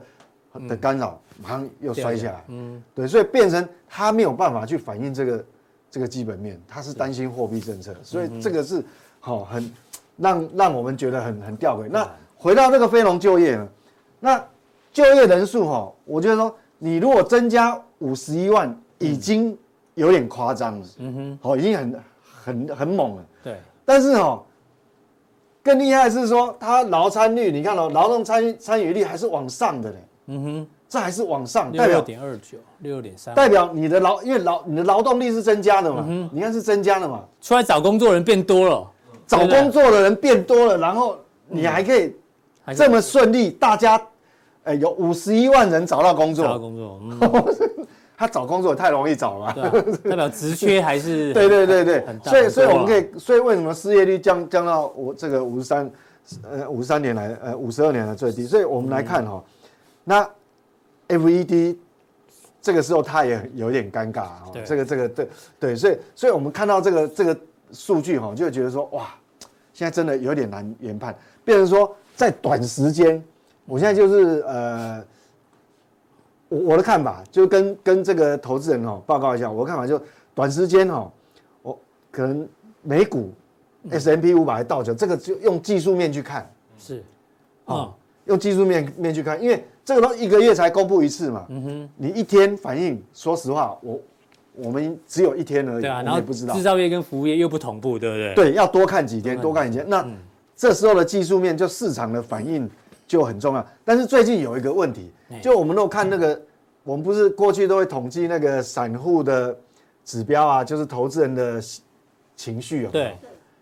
[SPEAKER 1] 的干扰，马上又摔下来。
[SPEAKER 2] 嗯，
[SPEAKER 1] 对，所以变成他没有办法去反映这个这个基本面，他是担心货币政
[SPEAKER 2] 嗯
[SPEAKER 1] 策，所以这个是好、很让让我们觉得很很吊
[SPEAKER 2] 啊
[SPEAKER 1] 诡。那回到这个非农就业呢，那就业人数哈、我觉得说你如果增加五十一万，已经有点夸张了，
[SPEAKER 2] 嗯哼，
[SPEAKER 1] 好、已经很很很猛了。
[SPEAKER 2] 对，
[SPEAKER 1] 但是哦，更厉害的是说，它劳参率，你看哦，劳动参与参与率还是往上的呢，
[SPEAKER 2] 嗯哼，
[SPEAKER 1] 这还是往上，
[SPEAKER 2] 六
[SPEAKER 1] 代
[SPEAKER 2] 六
[SPEAKER 1] 表
[SPEAKER 2] 点二九，六六点三，
[SPEAKER 1] 代表你的劳，因为劳你的劳动力是增加的嘛，
[SPEAKER 2] 嗯
[SPEAKER 1] 你看是增加的嘛，
[SPEAKER 2] 出来找工作人变多了，
[SPEAKER 1] 找
[SPEAKER 2] 对不对
[SPEAKER 1] 工作的人变多了，然后你还可以
[SPEAKER 2] 还是
[SPEAKER 1] 这么顺利，大家，呃，有五十一万人找到工
[SPEAKER 2] 找到
[SPEAKER 1] 作，
[SPEAKER 2] 工作，嗯，
[SPEAKER 1] 他找工作也太容易找了吧。
[SPEAKER 2] 对啊， 代表职缺还 是
[SPEAKER 1] 对对对对
[SPEAKER 2] 很，大
[SPEAKER 1] 所以
[SPEAKER 2] 很
[SPEAKER 1] 所以
[SPEAKER 2] 多
[SPEAKER 1] 我们
[SPEAKER 2] 啊
[SPEAKER 1] 可以，所以为什么失业率降降到我这个五十三，呃五十三年来呃五十二年来最低？所以我们来看哈、哦那 FED 这个时候它也有点尴尬啊、
[SPEAKER 2] 对
[SPEAKER 1] 这个这个对对，所以所以我们看到这个这个数据哈、就会觉得说哇，现在真的有点难研判，变成说在短时间，我现在就是呃。我我的看法就跟跟这个投资人哦报告一下，我的看法就短时间哦，我可能美股 S M P 五百到九，这个就用技术面去看
[SPEAKER 2] 是，
[SPEAKER 1] 哦
[SPEAKER 2] 啊，
[SPEAKER 1] 用技术面面去看，因为这个都一个月才公布一次嘛，
[SPEAKER 2] 嗯
[SPEAKER 1] 你一天反应，说实话，我我们只有一天而已，
[SPEAKER 2] 对啊，
[SPEAKER 1] 我
[SPEAKER 2] 然
[SPEAKER 1] 们
[SPEAKER 2] 后
[SPEAKER 1] 也不知道
[SPEAKER 2] 制，造业跟服务业又不同步，对不对？，
[SPEAKER 1] 对，要多看几天，多看几天。
[SPEAKER 2] 嗯
[SPEAKER 1] 那这时候的技术面就市场的反应就很重要。但是最近有一个问题，
[SPEAKER 2] 哎
[SPEAKER 1] 就我们都看那个，我们不是过去都会统计那个散户的指标啊，就是投资人的情绪啊。
[SPEAKER 2] 对，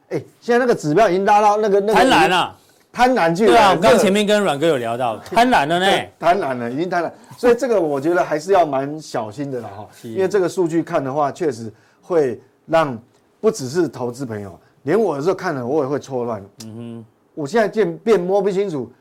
[SPEAKER 1] 哎，现在那个指标已经拉到那个那个
[SPEAKER 2] 贪婪，啊，
[SPEAKER 1] 贪婪去了。
[SPEAKER 2] 对啊，我
[SPEAKER 1] 这
[SPEAKER 2] 刚
[SPEAKER 1] 个
[SPEAKER 2] 前面跟阮哥有 聊到，贪婪了呢，
[SPEAKER 1] 贪婪了，已经贪婪，所以这个我觉得还是要蛮小心的了
[SPEAKER 2] 哦
[SPEAKER 1] 哈，因为这个数据看的话，确实会让不只是投资朋友，连我有时候看了我也会错乱。嗯哼，我现在变变摸不清楚，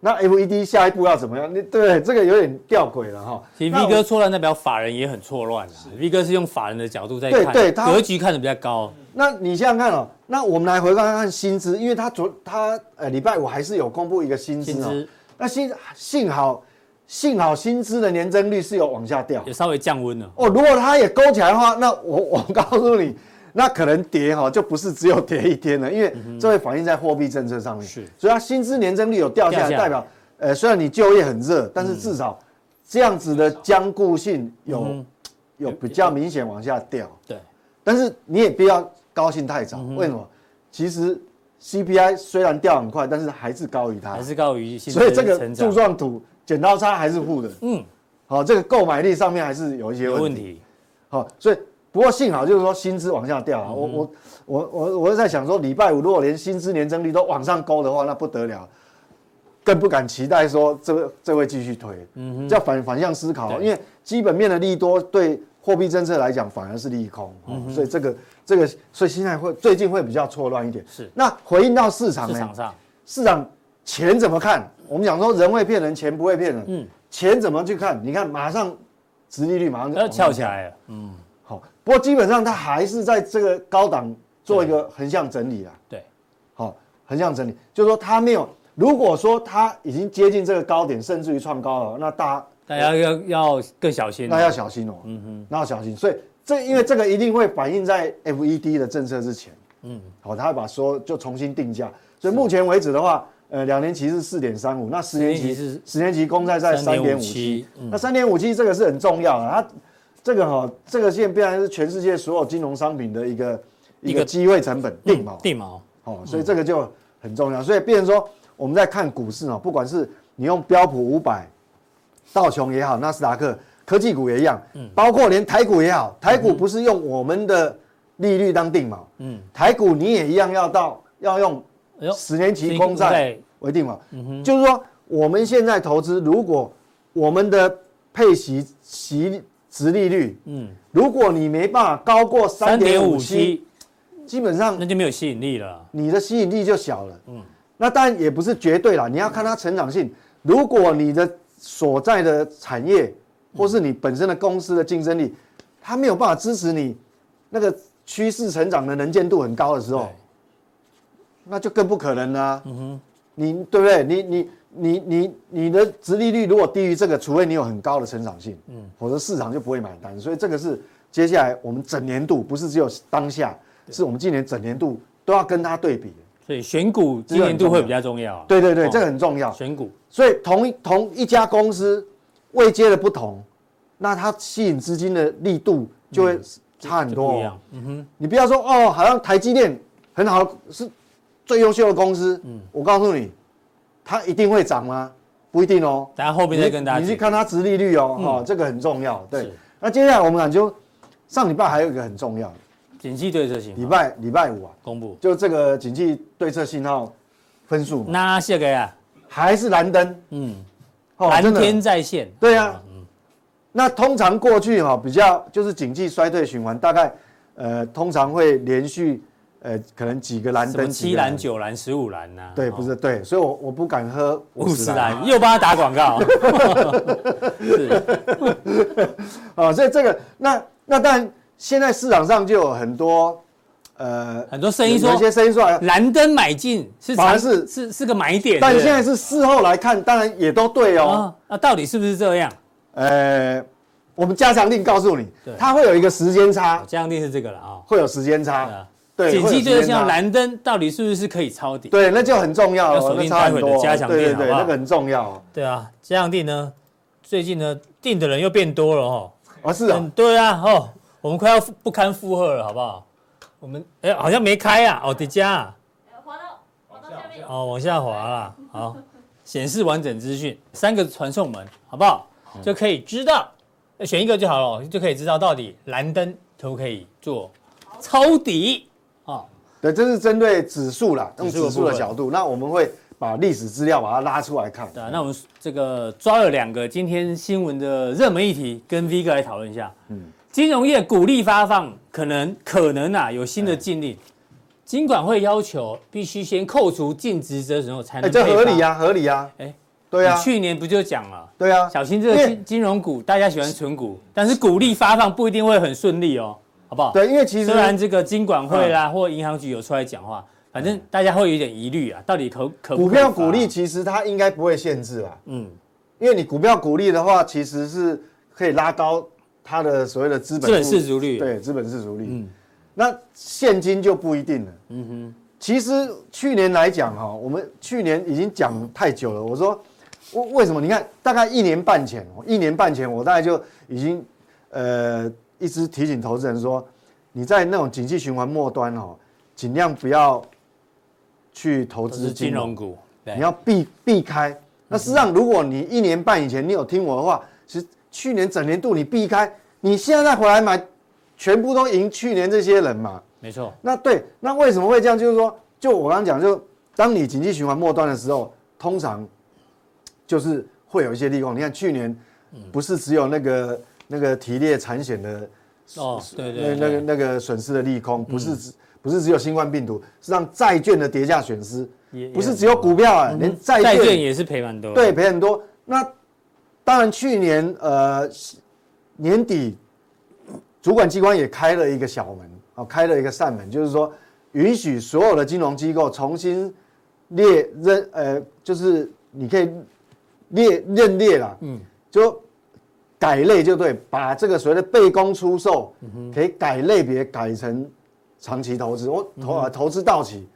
[SPEAKER 1] 那 FED 下一步要怎么样？你对这个有点吊诡了哈。
[SPEAKER 2] 其实
[SPEAKER 1] 那
[SPEAKER 2] V
[SPEAKER 1] 我
[SPEAKER 2] 哥错乱，代表法人也很错乱啊。V 哥是用法人的角度在
[SPEAKER 1] 对
[SPEAKER 2] 看，
[SPEAKER 1] 对他嗯
[SPEAKER 2] 格局看得比较高。
[SPEAKER 1] 那你想想看哦，那我们来回看看薪资，因为他昨他呃礼拜五还是有公布一个薪资
[SPEAKER 2] 薪
[SPEAKER 1] 哦
[SPEAKER 2] 资，
[SPEAKER 1] 那幸幸好幸好薪资的年增率是有往下掉
[SPEAKER 2] 有，稍微降温了。
[SPEAKER 1] 哦，如果它也勾起来的话，那我 我告诉你，那可能跌哈、就不是只有跌一天了，因为这会反映在货币政策上面。
[SPEAKER 2] 是
[SPEAKER 1] 所以它薪资年增率有掉下
[SPEAKER 2] 掉
[SPEAKER 1] 来，
[SPEAKER 2] 下来
[SPEAKER 1] 代表呃虽然你就业很热，
[SPEAKER 2] 嗯
[SPEAKER 1] 但是至少这样子的坚固性有、
[SPEAKER 2] 嗯
[SPEAKER 1] 有比较明显往下掉。
[SPEAKER 2] 对，
[SPEAKER 1] 但是你也不要高兴太早，
[SPEAKER 2] 嗯
[SPEAKER 1] 为什么？其实 CPI 虽然掉很快，但是还是高于它，
[SPEAKER 2] 还是高于薪
[SPEAKER 1] 啊所
[SPEAKER 2] 资
[SPEAKER 1] 以这
[SPEAKER 2] 的
[SPEAKER 1] 个
[SPEAKER 2] 成
[SPEAKER 1] 柱
[SPEAKER 2] 长
[SPEAKER 1] 状图剪刀差还是负的。
[SPEAKER 2] 嗯
[SPEAKER 1] 嗯，好、这个购买力上面还是有一些
[SPEAKER 2] 有
[SPEAKER 1] 问
[SPEAKER 2] 问
[SPEAKER 1] 题。
[SPEAKER 2] 题。
[SPEAKER 1] 好、所以不过幸好就是说薪资往下掉、啊，我我我我我是在想说，礼拜五如果连薪资年增率都往上勾的话，那不得了，更不敢期待说这个这会继续推，嗯哼，要反反向思考，啊
[SPEAKER 2] 对
[SPEAKER 1] 因为基本面的利多对货币政策来讲反而是利空，哦
[SPEAKER 2] 嗯
[SPEAKER 1] 所以这个这个所以现在会最近会比较错乱一点。
[SPEAKER 2] 是
[SPEAKER 1] 那回应到市场
[SPEAKER 2] 市
[SPEAKER 1] 呢？
[SPEAKER 2] 场上
[SPEAKER 1] 市场钱怎么看？我们讲说人会骗人，钱不会骗人，
[SPEAKER 2] 嗯
[SPEAKER 1] 嗯，钱怎么去看？你看马上。殖利率马上就
[SPEAKER 2] 要
[SPEAKER 1] 往上
[SPEAKER 2] 呃翘起来了。
[SPEAKER 1] 嗯好，不过基本上它还是在这个高档做一个横向整理啦。
[SPEAKER 2] 对，
[SPEAKER 1] 好，横向整理，就是说它没有，如果说它已经接近这个高点，甚至于创高了，那大
[SPEAKER 2] 大家要要更小心。
[SPEAKER 1] 那要小心哦、嗯哼，那要小心。所以这因为这个一定会反映在 FED 的政策之前。嗯，好，它会把说就重新定价。所以目前为止的话，呃，两年期是四点三五，那十年期
[SPEAKER 2] 十年期是
[SPEAKER 1] 十年期公债在三点五
[SPEAKER 2] 3.57
[SPEAKER 1] 七，嗯那三点五七这个是很重要的。啊它这个哈、这个现在必然是全世界所有金融商品的一个一
[SPEAKER 2] 一个
[SPEAKER 1] 个嗯机会成本定锚。
[SPEAKER 2] 地毛
[SPEAKER 1] 哦，所以这个就很重要。所以变成说，我们在看股市哦，不管是你用标普五百、道琼也好，纳斯达克科技股也一样，
[SPEAKER 2] 嗯
[SPEAKER 1] 包括连台股也好，台股不是用我们的利率当定锚，嗯，台股你也一样要到要用
[SPEAKER 2] 哎呦
[SPEAKER 1] 十年
[SPEAKER 2] 十
[SPEAKER 1] 期
[SPEAKER 2] 年期
[SPEAKER 1] 公
[SPEAKER 2] 公债嗯
[SPEAKER 1] 债为定锚，就是说我们现在投资，如果我们的配息息值利率，嗯，如果你没办法高过三
[SPEAKER 2] 三
[SPEAKER 1] 点
[SPEAKER 2] 点
[SPEAKER 1] 五
[SPEAKER 2] 五
[SPEAKER 1] 七，
[SPEAKER 2] 七，
[SPEAKER 1] 基本上
[SPEAKER 2] 那就没有吸引力了。
[SPEAKER 1] 你的吸引力就小了。嗯，那当然也不是绝对啦，你要看它成长性。如果你的所在的产业或是你本身的公司的竞争力它没有办法支持你那个趋势成长的能见度很高的时候
[SPEAKER 2] 对，
[SPEAKER 1] 那就更不可能啦、嗯哼，你对不对？你你你你你的殖利率如果低于这个，除非你有很高的成长性，嗯，否则市场就不会买单。所以这个是接下来我们整年度，不是只有当下，是我们今年整年度都要跟它对比。
[SPEAKER 2] 所以选股今年度会比较重要啊。
[SPEAKER 1] 对对对，
[SPEAKER 2] 哦
[SPEAKER 1] 这个很重要。
[SPEAKER 2] 选股
[SPEAKER 1] 所以同一同一家公司位阶的不同，那它吸引资金的力度就会差很
[SPEAKER 2] 嗯就
[SPEAKER 1] 多、哦
[SPEAKER 2] 不一样。嗯哼，
[SPEAKER 1] 你不要说哦，好像台积电很好，是最优秀的公司。
[SPEAKER 2] 嗯
[SPEAKER 1] 我告诉你，它一定会涨吗？不一定哦。
[SPEAKER 2] 等下后面再跟大家
[SPEAKER 1] 你
[SPEAKER 2] 解
[SPEAKER 1] 去
[SPEAKER 2] 读
[SPEAKER 1] 看它殖利率哦，
[SPEAKER 2] 嗯
[SPEAKER 1] 哦，这个很重要。对
[SPEAKER 2] 是，
[SPEAKER 1] 那接下来我们讲就上礼拜还有一个很重要的，
[SPEAKER 2] 景气对策型
[SPEAKER 1] 礼拜礼拜五啊，
[SPEAKER 2] 公布。
[SPEAKER 1] 就这个景气对策信号分数嘛
[SPEAKER 2] 那下个呀，
[SPEAKER 1] 还是蓝灯
[SPEAKER 2] 嗯，
[SPEAKER 1] 哦
[SPEAKER 2] 蓝
[SPEAKER 1] 真的
[SPEAKER 2] 天嗯在线。
[SPEAKER 1] 对啊，那通常过去哈、比较就是景气衰退循环，大概呃通常会连续呃可能几个蓝
[SPEAKER 2] 什么
[SPEAKER 1] 灯，
[SPEAKER 2] 七
[SPEAKER 1] 几个
[SPEAKER 2] 蓝、九蓝、十五蓝呐？
[SPEAKER 1] 对，
[SPEAKER 2] 哦
[SPEAKER 1] 不是对，所以我我不敢喝
[SPEAKER 2] 五
[SPEAKER 1] 五
[SPEAKER 2] 十
[SPEAKER 1] 十啊蓝
[SPEAKER 2] 蓝，又帮他打 广告。是，
[SPEAKER 1] 啊，所以这个那那当然现在市场上就有很多呃
[SPEAKER 2] 很多声音说嗯
[SPEAKER 1] 有一些声音说，哎
[SPEAKER 2] 蓝灯买进是
[SPEAKER 1] 反而
[SPEAKER 2] 长
[SPEAKER 1] 是
[SPEAKER 2] 是是个买点，
[SPEAKER 1] 但
[SPEAKER 2] 对不
[SPEAKER 1] 现
[SPEAKER 2] 对
[SPEAKER 1] 在是事后来看，当然也都对哦。
[SPEAKER 2] 啊，那到底是不是这样？
[SPEAKER 1] 呃，我们加强令告诉你
[SPEAKER 2] 对，
[SPEAKER 1] 它会有一个时间差，
[SPEAKER 2] 这样定是这个了啊。
[SPEAKER 1] 会有时间差，
[SPEAKER 2] 啊，
[SPEAKER 1] 对，
[SPEAKER 2] 景
[SPEAKER 1] 会有
[SPEAKER 2] 气
[SPEAKER 1] 时
[SPEAKER 2] 对
[SPEAKER 1] 间
[SPEAKER 2] 像
[SPEAKER 1] 差。
[SPEAKER 2] 蓝灯到底是不是可以抄底？
[SPEAKER 1] 对，啊那就很重要
[SPEAKER 2] 要锁
[SPEAKER 1] 了，那
[SPEAKER 2] 定
[SPEAKER 1] 差
[SPEAKER 2] 待
[SPEAKER 1] 很
[SPEAKER 2] 会的
[SPEAKER 1] 多哦。
[SPEAKER 2] 加强
[SPEAKER 1] 对
[SPEAKER 2] 店
[SPEAKER 1] 对
[SPEAKER 2] 好
[SPEAKER 1] 对，
[SPEAKER 2] 不好
[SPEAKER 1] 那个很重要哦
[SPEAKER 2] 对啊，这样定呢，最近呢定的人又变多了哦。
[SPEAKER 1] 啊，是啊
[SPEAKER 2] 嗯，，对啊，哦，我们快要负不堪负荷了，好不好？我们哎，好像没开啊，哦，迪迦啊、
[SPEAKER 4] 呃滑到滑到下面。
[SPEAKER 2] 哦，往下滑啦，好，显示完整资讯，三个传送门，好不好？就可以知道，呃选一个就好了，就可以知道到底蓝灯可不可以做抄底啊？
[SPEAKER 1] 对，这是针对指数啦，用
[SPEAKER 2] 指数的
[SPEAKER 1] 指数
[SPEAKER 2] 部
[SPEAKER 1] 的
[SPEAKER 2] 分
[SPEAKER 1] 角度，那我们会把历史资料把它拉出来看。
[SPEAKER 2] 对啊，那我们这个抓了两个今天新闻的热门议题，跟 V 哥来讨论一下。嗯，金融业鼓励发放，可能可能啊有新的禁令，
[SPEAKER 1] 嗯
[SPEAKER 2] 金管会要求必须先扣除净值折损后才
[SPEAKER 1] 哎，
[SPEAKER 2] 能。
[SPEAKER 1] 这合理
[SPEAKER 2] 呀、
[SPEAKER 1] 啊，合理啊，
[SPEAKER 2] 哎
[SPEAKER 1] 对啊
[SPEAKER 2] 你，去年不就讲了，
[SPEAKER 1] 对啊，
[SPEAKER 2] 小心这个
[SPEAKER 1] 因为
[SPEAKER 2] 金金融股，大家喜欢存股，但是鼓励发放不一定会很顺利哦，好不好？。
[SPEAKER 1] 对，因嗯为其实
[SPEAKER 2] 虽然这个金管会啦、或银行局有出来讲话，反正大家会有点疑虑啊，到底可可不
[SPEAKER 1] 股
[SPEAKER 2] 可以
[SPEAKER 1] 票
[SPEAKER 2] 发
[SPEAKER 1] 股利其实它应该不会限制啦，
[SPEAKER 2] 嗯。
[SPEAKER 1] 因为你股票股利的话，其实是可以拉高它的所谓的资本
[SPEAKER 2] 资本
[SPEAKER 1] 负
[SPEAKER 2] 市足率
[SPEAKER 1] 对，资本市足率。那现金就不一定了。嗯哼，其实去年来讲哈，我们去年已经讲太久了。我说，为为什么？你看，大概一年半前，一年半前，我大概就已经呃一直提醒投资人说，你在那种景气循环末端哦，尽量不要去投
[SPEAKER 2] 都
[SPEAKER 1] 资
[SPEAKER 2] 是金
[SPEAKER 1] 金融
[SPEAKER 2] 融股，对
[SPEAKER 1] 你要避避开。那事实上，如果你一年半以前你有听我的话，其实去年整年度你避开，你现在再回来买，全部都赢去年这些人嘛。
[SPEAKER 2] 没错，
[SPEAKER 1] 那对，那为什么会这样？就是说，就我刚刚讲，就当你经济循环末端的时候，通常就是会有一些利空。你看去年不是只有那个那个提列产险的
[SPEAKER 2] 哦，
[SPEAKER 1] 那
[SPEAKER 2] 对对嗯
[SPEAKER 1] 那个
[SPEAKER 2] 对，
[SPEAKER 1] 那个损失的利空，不是只不是只有新冠病毒，是让债券的跌价损失
[SPEAKER 2] 也也，
[SPEAKER 1] 不是只有股票啊，连债
[SPEAKER 2] 嗯债
[SPEAKER 1] 券
[SPEAKER 2] 券也是赔蛮多，
[SPEAKER 1] 对，赔很多。那当然，去年呃年底，主管机关也开了一个小门啊、哦，开了一个扇门，就是说允许所有的金融机构重新列认呃，就是你可以列认列啦，嗯，就改类就对，把这个所谓的被公出售，可以改类别改成。长期投资，我投、呃投资到期，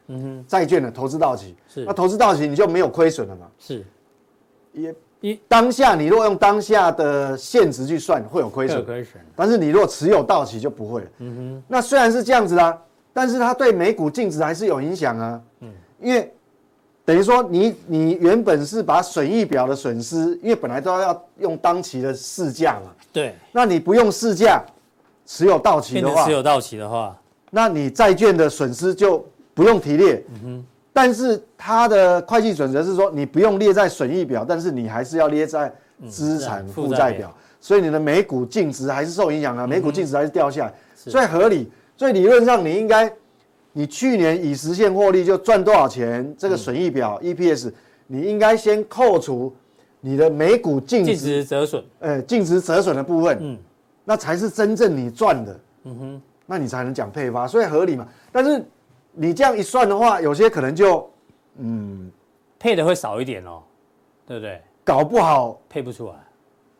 [SPEAKER 1] 债券的投资到期，
[SPEAKER 2] 是
[SPEAKER 1] 那投资到期你就没有亏损了嘛？
[SPEAKER 2] 是
[SPEAKER 1] 也
[SPEAKER 2] 一
[SPEAKER 1] 当下你如果用当下的现值去算，会有亏
[SPEAKER 2] 有
[SPEAKER 1] 损，
[SPEAKER 2] 亏损，
[SPEAKER 1] 但是你如果持有到期就不会了。嗯哼，那虽然是这样子啦、但是它对美股净值还是有影响啊。嗯，因为等于说你你原本是把损益表的损失，因为本来都要用当期的市价嘛，
[SPEAKER 2] 对，
[SPEAKER 1] 那你不用市价持有到期
[SPEAKER 2] 变
[SPEAKER 1] 的
[SPEAKER 2] 成
[SPEAKER 1] 话
[SPEAKER 2] 持，有到期的话，
[SPEAKER 1] 那你债券的损失就不用提列。但是它的会计准则是说，你不用列在损益表，但是你还是要列在资产
[SPEAKER 2] 嗯
[SPEAKER 1] 负
[SPEAKER 2] 负债
[SPEAKER 1] 债
[SPEAKER 2] 表
[SPEAKER 1] 表，所以你的每股净值还是受影响啊，每股净值还是掉下来，所以合理。所以理论上你应该，你去年已实现获利就赚多少钱，这个损益表 EPS，你应该先扣除你的每股净
[SPEAKER 2] 净
[SPEAKER 1] 值
[SPEAKER 2] 值折损，
[SPEAKER 1] 呃净值折损的部分，
[SPEAKER 2] 嗯
[SPEAKER 1] 那才是真正你赚的，
[SPEAKER 2] 嗯哼，
[SPEAKER 1] 那你才能讲配发，所以合理嘛。但是你这样一算的话，有些可能就嗯，
[SPEAKER 2] 配的会少一点哦，对不对？
[SPEAKER 1] 搞不好
[SPEAKER 2] 配不出来，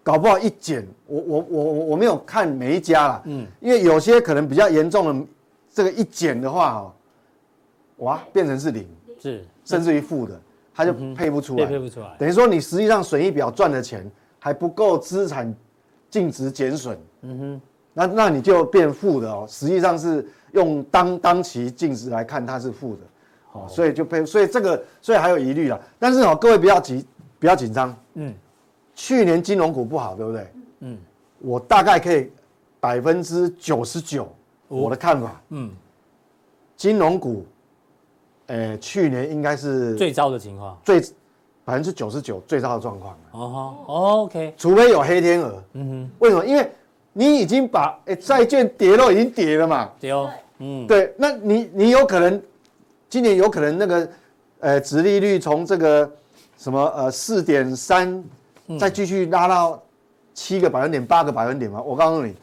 [SPEAKER 1] 搞不好一减，我我我我我没有看每一家啦，
[SPEAKER 2] 嗯，
[SPEAKER 1] 因为有些可能比较严重的，这个一减的话哦，哇，变成是零，
[SPEAKER 2] 是
[SPEAKER 1] 甚至于负的，它就配不出来，
[SPEAKER 2] 嗯配配不出来，
[SPEAKER 1] 等于说你实际上损益表赚的钱还不够资产净值减损，
[SPEAKER 2] 嗯哼，
[SPEAKER 1] 那那你就变负的哦。实际上是用当当期净值来看，它是负的，哦，所以就被所以这个所以还有疑虑啦。但是哦，各位不要急，不要紧张。
[SPEAKER 2] 嗯，
[SPEAKER 1] 去年金融股不好，对不对？
[SPEAKER 2] 嗯
[SPEAKER 1] 嗯，我大概可以百分之九十九，我的看法，
[SPEAKER 2] 哦嗯，
[SPEAKER 1] 金融股，呃，去年应该是
[SPEAKER 2] 最糟的情况，
[SPEAKER 1] 最百分之九十九最糟的状况。啊
[SPEAKER 2] 哦哈哦，OK，
[SPEAKER 1] 除非有黑天鹅。
[SPEAKER 2] 嗯哼，
[SPEAKER 1] 为什么？因为你已经把诶债、券跌到已经跌了嘛。
[SPEAKER 2] 对哦，嗯，
[SPEAKER 1] 对，那你你有可能今年有可能那个呃，殖利率从这个什么呃四点三再继续拉到七个百分点、八个百分点嘛？我告诉你，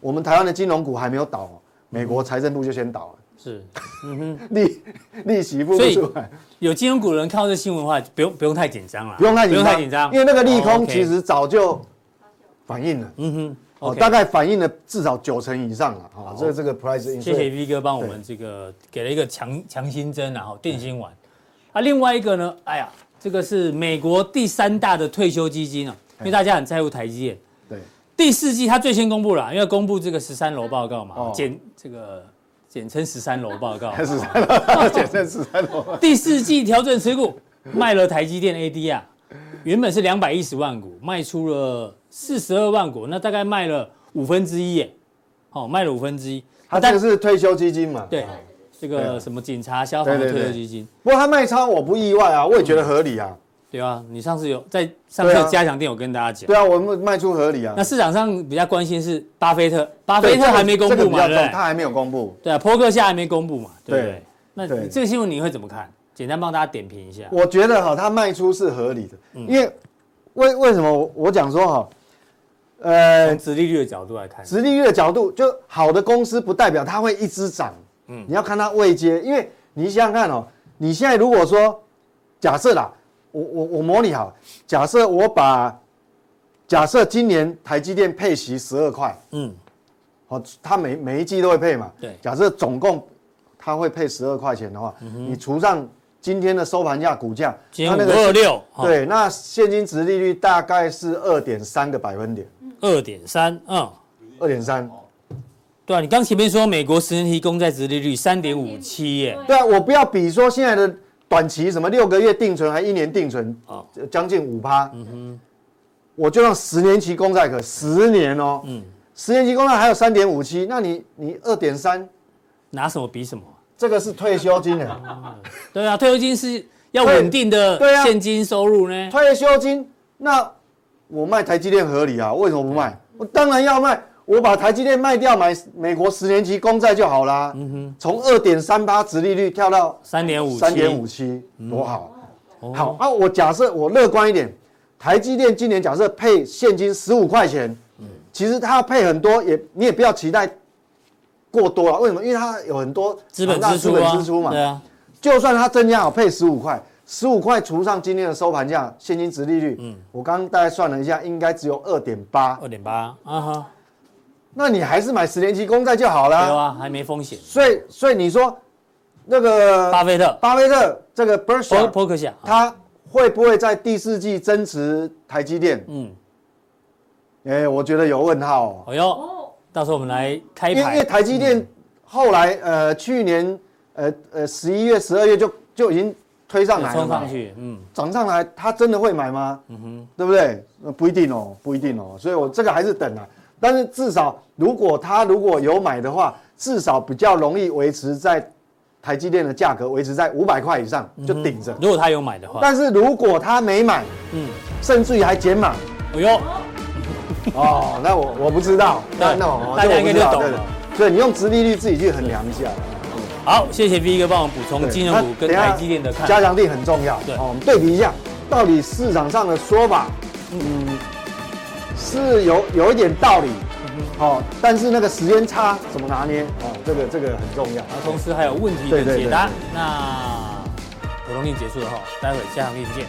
[SPEAKER 1] 我们台湾的金融股还没有倒，哦美国财政部就先倒了，
[SPEAKER 2] 是
[SPEAKER 1] 利利息付不
[SPEAKER 2] 所以
[SPEAKER 1] 出来。
[SPEAKER 2] 有金融股的人看到这新闻的话，不用不用太紧张了，
[SPEAKER 1] 不用太紧张，
[SPEAKER 2] 不用太紧张，
[SPEAKER 1] 因为那个利
[SPEAKER 2] 哦
[SPEAKER 1] 空
[SPEAKER 2] ，OK
[SPEAKER 1] 其实早就反映了，
[SPEAKER 2] 嗯哼
[SPEAKER 1] 哦，
[SPEAKER 2] ，OK
[SPEAKER 1] 大概反映了至少九成以上了，哦，这个这个 price in，
[SPEAKER 2] 谢谢 V 哥帮我们这个给了一个强强心针啊，然后定心丸。啊，另外一个呢，哎呀，这个是美国第三大的退休基金啊，因为大家很在乎台积电。
[SPEAKER 1] 对，
[SPEAKER 2] 第四季它最先公布了，因为公布这个十三楼报告嘛
[SPEAKER 1] 哦，
[SPEAKER 2] 简这个简称十三楼 报告。
[SPEAKER 1] 还是三楼，简称是三楼，
[SPEAKER 2] 第四季调整持股，卖了台积电 ADR，原本是两百一十万股，卖出了四十二万股，那大概卖了五分之一耶，哦，卖了五分之一。
[SPEAKER 1] 它这个是退休基金嘛，
[SPEAKER 2] 对
[SPEAKER 1] 哦，
[SPEAKER 2] 这
[SPEAKER 1] 对
[SPEAKER 2] 个
[SPEAKER 1] 啊
[SPEAKER 2] 什么警察、消防的
[SPEAKER 1] 对对
[SPEAKER 2] 退休
[SPEAKER 1] 对
[SPEAKER 2] 基金，
[SPEAKER 1] 不过它卖超我不意外啊，我也觉得合理啊，
[SPEAKER 2] 对啊，你上次有在上次
[SPEAKER 1] 对啊
[SPEAKER 2] 有加强店有跟大家讲。
[SPEAKER 1] 对啊，我们卖出合理啊
[SPEAKER 2] 那，市场上比较关心是巴菲特，巴
[SPEAKER 1] 巴
[SPEAKER 2] 菲特还没公布嘛，对不对
[SPEAKER 1] 他？还没有公布。
[SPEAKER 2] 对啊，波克夏还没公布嘛，对不对
[SPEAKER 1] 对？
[SPEAKER 2] 那
[SPEAKER 1] 对
[SPEAKER 2] 你这个新闻你会怎么看？简单帮大家点评一下。
[SPEAKER 1] 我觉得哈，它卖出是合理的，
[SPEAKER 2] 嗯
[SPEAKER 1] 因为为为什么我我讲说哈，呃
[SPEAKER 2] 从，殖利率的角度来看，
[SPEAKER 1] 直利率的角度，就好的公司不代表它会一直涨，嗯，你要看它位阶，因为你想想看哦，你现在如果说假设啦，我我我模拟好，假设我把假设今年台积电配息十二块，
[SPEAKER 2] 嗯，
[SPEAKER 1] 哦，它每每一季都会配嘛，
[SPEAKER 2] 对嗯
[SPEAKER 1] 假设总共它会配十二块钱的话，你除上今天的收盘价股价，
[SPEAKER 2] 今天五二六，哦，
[SPEAKER 1] 对，那现金值利率大概是二点三个百分点，
[SPEAKER 2] 二点三，嗯，
[SPEAKER 1] 二点三。
[SPEAKER 2] 对啊，你刚前面说美国十年期公债殖利率三点五七耶，
[SPEAKER 1] 对啊，我不要比说现在的短期什么六个月定存还一年定存，
[SPEAKER 2] 哦
[SPEAKER 1] 呃将近五趴。嗯哼，我就让十年期公债可十年哦，
[SPEAKER 2] 嗯，
[SPEAKER 1] 十年期公债还有三点五七，那你你二点三，
[SPEAKER 2] 拿什么比什么？
[SPEAKER 1] 这个是退休金的，
[SPEAKER 2] 对啊，退休金是要
[SPEAKER 1] 对
[SPEAKER 2] 稳定的
[SPEAKER 1] 对啊
[SPEAKER 2] 现金收入呢。
[SPEAKER 1] 退休金那我卖台积电合理啊？为什么不卖？我当然要卖。我把台积电卖掉，买美国十年期公债就好啦。嗯哼，从二点三八殖利率跳到
[SPEAKER 2] 三点五，嗯
[SPEAKER 1] 三点五，七，多好！
[SPEAKER 2] 哦
[SPEAKER 1] 好，啊，我假设我乐观一点，台积电今年假设配现金十五块钱，
[SPEAKER 2] 嗯
[SPEAKER 1] 其实它配很多也你也不要期待过多啊。为什么？因为它有很多
[SPEAKER 2] 资本
[SPEAKER 1] 庞大
[SPEAKER 2] 支
[SPEAKER 1] 的
[SPEAKER 2] 出
[SPEAKER 1] 资
[SPEAKER 2] 啊，
[SPEAKER 1] 本支出嘛。
[SPEAKER 2] 对啊，
[SPEAKER 1] 就算它增加好配十五块，十五块除上今天的收盘价，现金值利率，
[SPEAKER 2] 嗯
[SPEAKER 1] 我刚刚大概算了一下，应该只有二点八，
[SPEAKER 2] 二点八啊哈，
[SPEAKER 1] 那你还是买十年期公债就好
[SPEAKER 2] 对
[SPEAKER 1] 啦。
[SPEAKER 2] 啊，还没风险。
[SPEAKER 1] 所以，所以你说那个
[SPEAKER 2] 巴菲特，
[SPEAKER 1] 巴菲特这个 b e r s h i r
[SPEAKER 2] 波
[SPEAKER 1] e
[SPEAKER 2] 波克夏，
[SPEAKER 1] 他会不会在第四季增持台积电？
[SPEAKER 2] 嗯，
[SPEAKER 1] 哎、我觉得有问号、哦。
[SPEAKER 2] 哎呦，
[SPEAKER 4] 哦，
[SPEAKER 2] 到时候我们来开
[SPEAKER 1] 因为因为
[SPEAKER 2] 牌，
[SPEAKER 1] 台积电后来呃去年呃呃十一月十二月就就已经推上来了
[SPEAKER 2] 冲
[SPEAKER 1] 嘛
[SPEAKER 2] 上，去，嗯，
[SPEAKER 1] 涨上来，他真的会买吗？嗯哼，对不对？呃不一定哦，不一定哦。所以我这个还是等啊。但是至少如果他如果有买的话，至少比较容易维持在台积电的价格维持在五百块以上就顶着。
[SPEAKER 2] 如果他有买的话，
[SPEAKER 1] 但是如果他没买，
[SPEAKER 2] 嗯，
[SPEAKER 1] 甚至于还减 码。
[SPEAKER 2] 哎呦，
[SPEAKER 1] 哦，那我我不知道，那那我
[SPEAKER 2] 大家
[SPEAKER 1] 这我不知道
[SPEAKER 2] 应该就懂了
[SPEAKER 1] 对对所以你用直利率自己去衡量一下。
[SPEAKER 2] 好，谢谢 V 哥帮我们补充
[SPEAKER 1] 对
[SPEAKER 2] 金融股
[SPEAKER 1] 那
[SPEAKER 2] 跟
[SPEAKER 1] 等一下
[SPEAKER 2] 台积电的看
[SPEAKER 1] 加
[SPEAKER 2] 法，
[SPEAKER 1] 强力很重要。
[SPEAKER 2] 对
[SPEAKER 1] 哦，我们对比一下，到底市场上的说法，嗯，是有有一点道理，哦，但是那个时间差怎么拿捏，哦，这个这个很重要。
[SPEAKER 2] 同时还有问题的
[SPEAKER 1] 对对
[SPEAKER 2] 解
[SPEAKER 1] 对
[SPEAKER 2] 答
[SPEAKER 1] 对。
[SPEAKER 2] 那活动令结束了后，待会下堂令见。